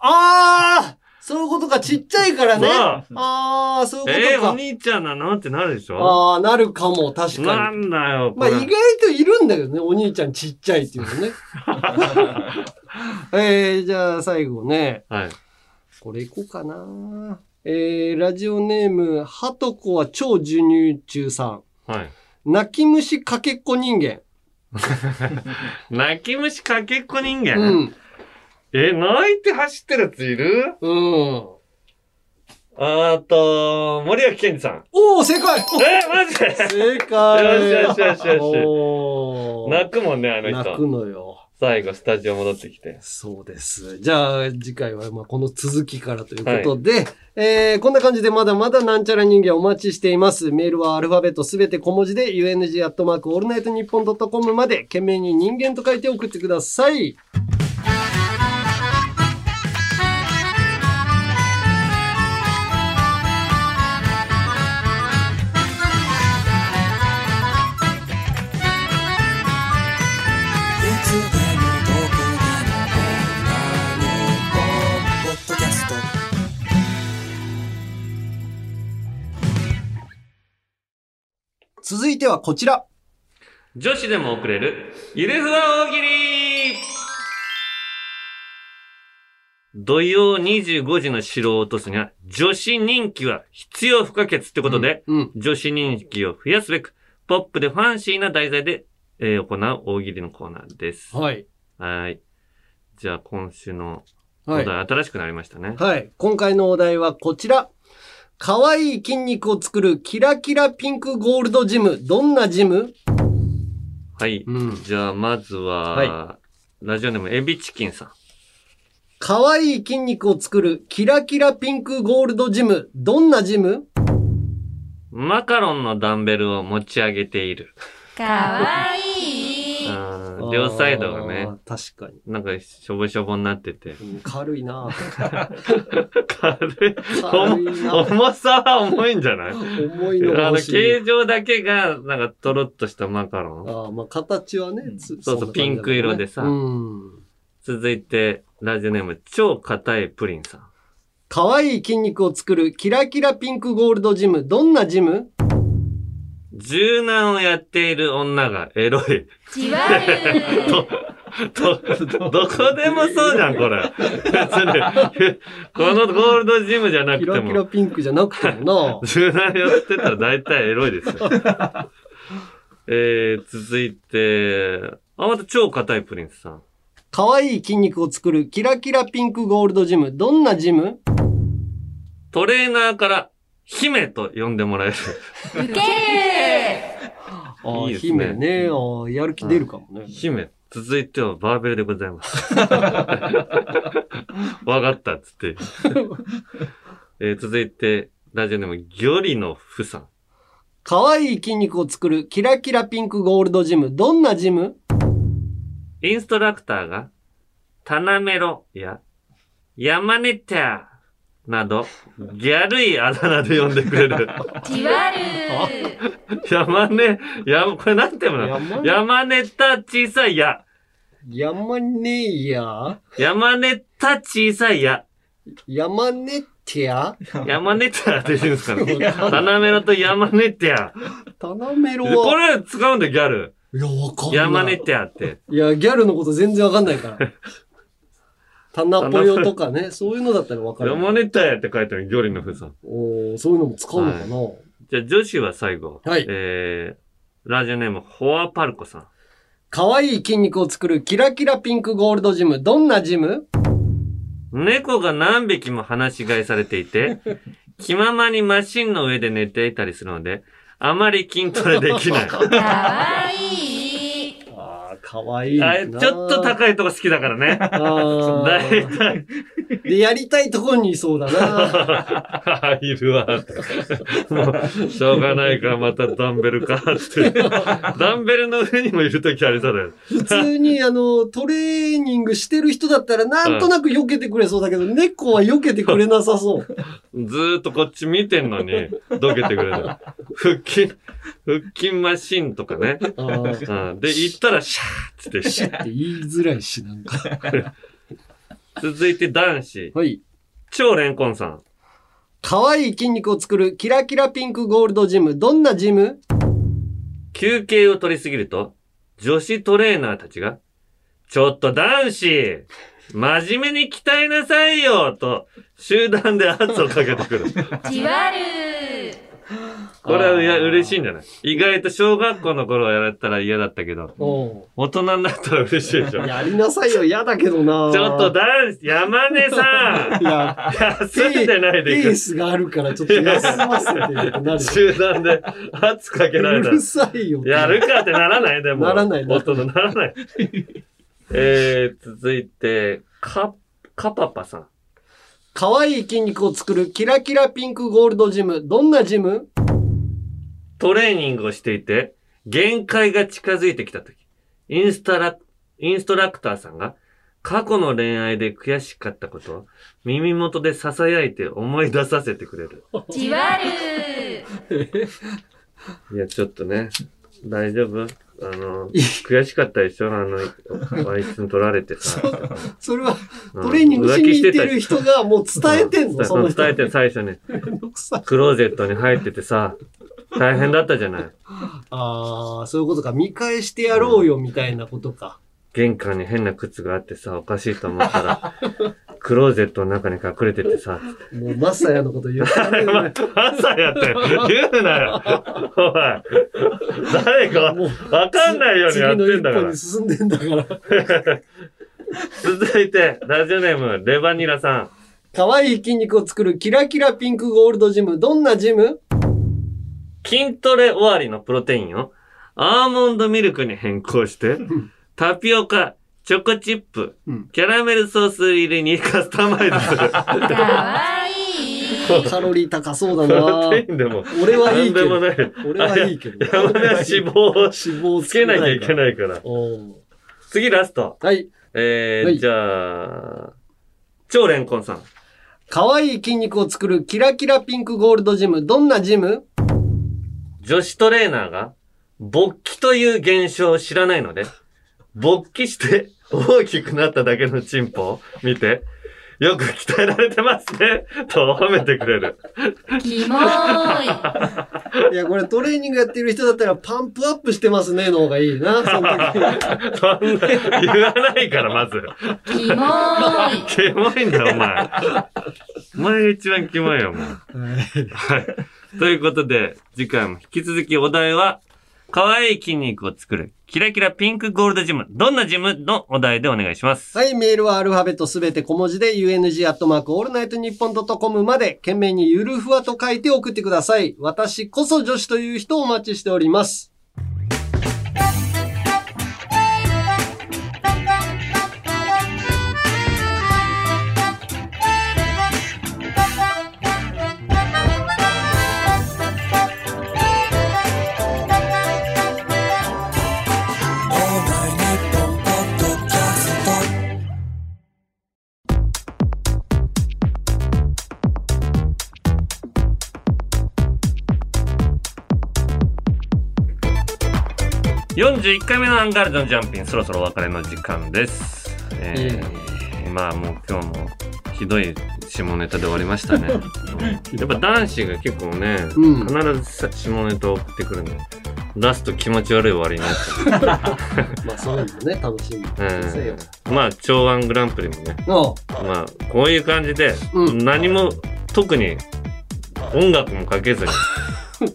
ああそういうことか、ちっちゃいから
ん。
ね。
は
ああ、そうい
えー、
う
お
ことか。
兄ちゃんなのってなるでしょ
ああ、なるかも、確
な
かに。
んだよ、
ま
こ
あ
れ。
意外といるんだけどね、お兄ちゃんちっちゃいっていうの ね。えー、じゃあ最後ね、
はい。
これいこうかな。えー、ラジオネーム、はとこは超授乳中さん。
はい。
泣き虫かけっこ人間。
泣き虫かけっこ人間。
うん。
え、泣いて走ってるやついる
うん。
あーと、森脇健児さん。
おー、正解
えー、マジで
正解
よしよしよしよし
おー
泣くもんね、あの
泣
人
く。のよ。
最後、スタジオ戻ってきて。
そうです。じゃあ、次回はまあこの続きからということで、えー、こんな感じでまだまだなんちゃら人間お待ちしています。メールはアルファベットすべて小文字で、u n g a l l n i g h t n i p p o n c o m まで、懸命に人間と書いて送ってください。続いてはこちら。
女子でも送れる、ゆるふわ大喜利土曜25時の城を落とすには、女子人気は必要不可欠ってことで、
うん。
女子人気を増やすべく、ポップでファンシーな題材で、えー行う大喜利のコーナーです。
はい。
はい。じゃあ、今週のお
は
題、
い。
新しくなりましたね。
はい。今回のお題はこちら。可愛い筋肉を作るキラキラピンクゴールドジム。どんなジム
はい。
うん
じゃあ、まずは、
は
ラジオネーム、エビチキンさん。
可愛い筋肉を作るキラキラピンクゴールドジム。どんなジム
マカロンのダンベルを持ち上げている。
かわいい。
あー両サイドがね
あ、ー。確かに。
なんかしょぼしょぼになってて。
うん軽 いな
軽い。
軽いな
重さは重いんじゃない
重いのが
あの、
欲しい。
形状だけが、なんか、とろっとしたマカロン。
ああ、まあ形はね、つ
そうそうん
な感じだもんね
ピンク色でさ
うん。
続いて、ラジオネーム、超硬いプリンさん。
可愛い筋肉を作るキラキラピンクゴールドジム。どんなジム
柔軟をやっている女がエロい。
じわる。
と、と、どこでもそうじゃん、これ。別に、 このゴールドジムじゃなく
キ
て
ラキラ
も、
ピンクじゃなくてもな。
柔軟やってたら大体エロいですよ。 えー、続いて、あ、また超硬いプリンスさん。
可愛い筋肉を作るキラキラピンクゴールドジム。どんなジム
トレーナーから、姫と呼んでもらえる。
ウケる
あ
いいですね
姫ね。あーやる気出るかもね。
姫、続いてはバーベルでござい ます。わかったっつ って。えー続いて、ラジオネーム、ギョリのフさん。
可愛い筋肉を作るキラキラピンクゴールドジム。どんなジム
インストラクターが、タナメロや、ヤマネタャなど、ギャルいあだ名で呼んでくれ る。
ティワル
山根、や、これなんていうの
山根
山根た小さいや。
山ねえや。
山根た小さいや。
山ねてや。
山根ってやって言うんですか
い
ね。
や
花めろと山根ってや。
タナメロは。
これ使うんだよ、ギャル。
いや、わかんない。
山根ってやって。
いや、ギャルのこと全然わかんな いから。タナポヨとかね、そういうのだったらわかる。
山根ってやって書いてある、ギョリのふさん。
おーそういうのも使うのかな、
じゃあ女子は最後。えー、ラジオネーム、ホアパルコさん。
可愛い筋肉を作るキラキラピンクゴールドジム。どんなジム
猫が何匹も放し飼いされてい て、気ままにマシンの上で寝ていたりするので、あまり筋トレでき ない。
かわいい
あー可愛いな
あれちょっと高いとこ好きだからね。
あ
大体。
で、やりたいところにいそうだ な。
いるわ。もう、しょうがないから、またダンベルか って。ダンベルの上にもいるときありそうだよ。
普通に、あの、トレーニングしてる人だったら、なんとなく避けてくれそうだけど、猫は避けてくれな さそう。
ずーっとこっち見てんのに、どけてくれる。腹筋、腹筋マシンとかね。うんで、行ったら、シャーって言って、シ
シ
ャ
ャって言いづらいし、なんか。
ー続いて男子。
はい。
超レンコンさん。
可愛い筋肉を作るキラキラピンクゴールドジム。どんなジム
休憩を取りすぎると、女子トレーナーたちが、ちょっと男子、真面目に鍛えなさいよと、集団で圧をかけてくる。
ティワル
これはいや嬉しいんじゃない意外と小学校の頃はやられたら嫌だったけど、
お
大人になったら嬉しいでしょ。
やりなさいよ、嫌だけどな。
ちょっと男子、山根さん
いや、
休んでないで
ペ
く
ースがあるから、ちょっと休ませてって なる。
集団で圧かけられ
う
た
るさいよ。
ら。やるかってならないでも。
ならないな
大人なら ない。えー、続いて、か、かパパさん。
可愛い筋肉を作るキラキラピンクゴールドジム。どんなジム
トレーニングをしていて、限界が近づいてきたとき、インストラ、インストラクターさんが、過去の恋愛で悔しかったことを耳元で囁いて思い出させてくれる。
ティワル
いや、ちょっとね、大丈夫あの、悔しかったでしょあの、あいつに取られてさ。
それは、
うん
トレーニングしに行ってる人
浮気してた
がもう伝えてんの、その人。
伝えてる最初に。クローゼットに入っててさ、大変だったじゃない。
ああ、そういうことか。見返してやろうよ、みたいなことか。
玄関に変な靴があってさ、おかしいと思ったら、クローゼットの中に隠れててさ、
もう、マサヤのこと言ったね
朝やって言うなよおい誰かわかんないようにやってんだか
次の一
ら
歩に。進んでんだから。
続いて、ラジオネーム、レバニラさん。
可愛い筋肉を作るキラキラピンクゴールドジム。どんなジム
筋トレ終わりのプロテインをアーモンドミルクに変更して、タピオカ、チョコチップ、キャラメルソース入りにカスタマイズ する。
かわいい
カロリー高そうだ
プロ
な
テインでも。
俺はいいけど
なんでもない。
俺は いいけど
ど。山根は脂肪をつけなきゃいけないから。次ラスト。
はい。
え
は
ー、
い
じゃあ、超レンコンさん。
可愛い筋肉を作るキラキラピンクゴールドジム。どんなジム
女子トレーナーが、勃起という現象を知らないので、勃起して大きくなっただけのチンポを見て、よく鍛えられてますね、と褒めてくれる。
キモーい
いや、これトレーニングやってる人だったらパンプアップしてますねの方がいいな、その時。
そんな、言わないから、まず。
キモーい
キモいんだよ、お前。お前が一番キモいよ、もう。はい。ということで、次回も引き続きお題は、可愛い筋肉を作る、キラキラピンクゴールドジム、どんなジムのお題でお願いします。
はい、メールはアルファベットすべて小文字で、UNG アットマークオールナイトニッポンドットコムまで、懸命にゆるふわと書いて送ってください。私こそ女子という人をお待ちしております。
41回目のアンガールズのジャンピン、そろそろお別れの時間です。えー、まあもう今日もひどい下ネタで終わりました ね。やっぱ男子が結構ね、
うん
必ずさ下ネタを送ってくるの。出すと気持ち悪い終わりになっちゃう。
まあ、そういうのね、楽しみにしてく ださいよ。
うん、まあ、長安グランプリもね。
おう
まあ、こういう感じで、
うん
何も、特に、音楽もかけずに、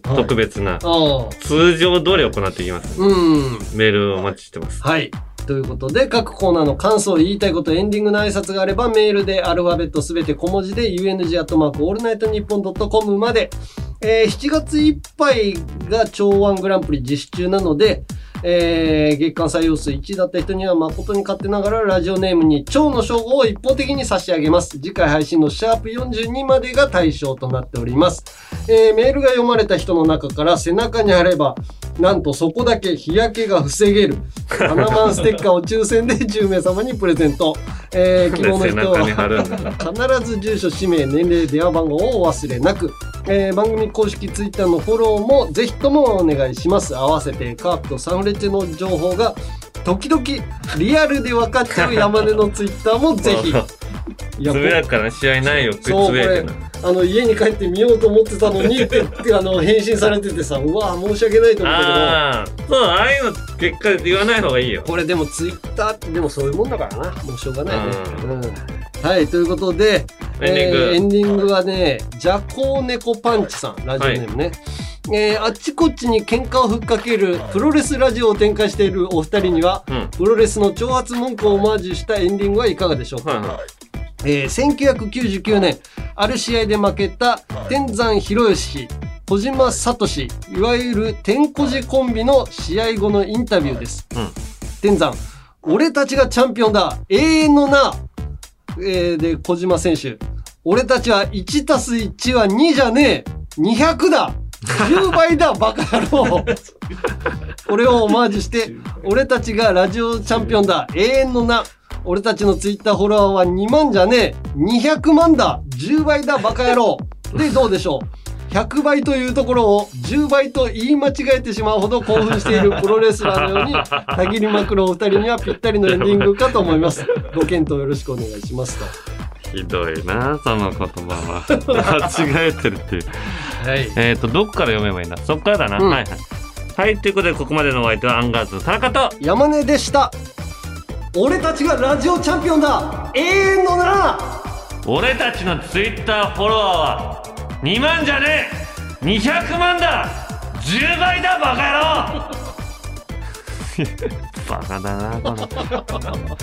特別な、
おう
通常通り行っていきます。
うん。
メールをお待ちしてます。
はい。ということで、各コーナーの感想、言いたいこと、エンディングの挨拶があれば、メールでアルファベットすべて小文字で、UNG アットマークオールナイトニッポンドットコムまで、えー7月いっぱいが超安グランプリ実施中なので、えー月間採用数1位だった人には誠に勝手ながらラジオネームに超の称号を一方的に差し上げます。次回配信のシャープ42までが対象となっております。えーメールが読まれた人の中から背中に貼れば、なんとそこだけ日焼けが防げる。花マンステッカーを抽選で10名様にプレゼント。え ー、希望の人
背中に貼るん だ
は必ず住所、氏名、年齢、電話番号をお忘れなく。えー番組公式ツイッターのフォローもぜひともお願いします。合わせてカープとサンフレッチェの情報が時々リアルで分かっちゃう山根のツイッターもぜ ひ。いや
つぶやくから試合ないよ、つ
そうこ
ぶやい
れ
てな。
あの家に帰って見ようと思ってたの にってってあの返信されててさうわ申し訳ないと思ったけど。
ああ、そう、ああいうの結果言わない方がいいよ。
これでもツイッターってでもそういうもんだからなもうしょうがないね、
う
うんはいということで
エンディング
エンディングはねジャコーネコパンチさんラジオネームね、えーあっちこっちに喧嘩をふっかけるプロレスラジオを展開しているお二人には、
うん
プロレスの挑発文句をオマージュしたエンディングはいかがでしょうか、えー1999年ある試合で負けた天山博義小島聡いわゆる天小路コンビの試合後のインタビューです、天山俺たちがチャンピオンだ永遠のな、えーで小島選手俺たちは1たす1は2じゃねえ200だ10倍だバカ野郎これをオマージュして俺たちがラジオチャンピオンだ永遠の名俺たちのツイッターフォロワーは2万じゃねえ200万だ10倍だバカ野郎でどうでしょう100倍というところを10倍と言い間違えてしまうほど興奮しているプロレスラーのようにたぎりまくるお二人にはぴったりのエンディングかと思いますご検討よろしくお願いしますと
ひどいな、その言 葉は。間違えてるっていう。
はい
えっ、と、どっから読めばいいんだそっからだな。
うん
はいはい。はい、ということで、ここまでのお相手はアンガールズの田中と、
山根でした俺たちがラジオチャンピオンだ永遠のな
俺たちのツイッターフォロワーは2万じゃねえ !200 万だ !10 倍だバ カ野郎バカだな、この。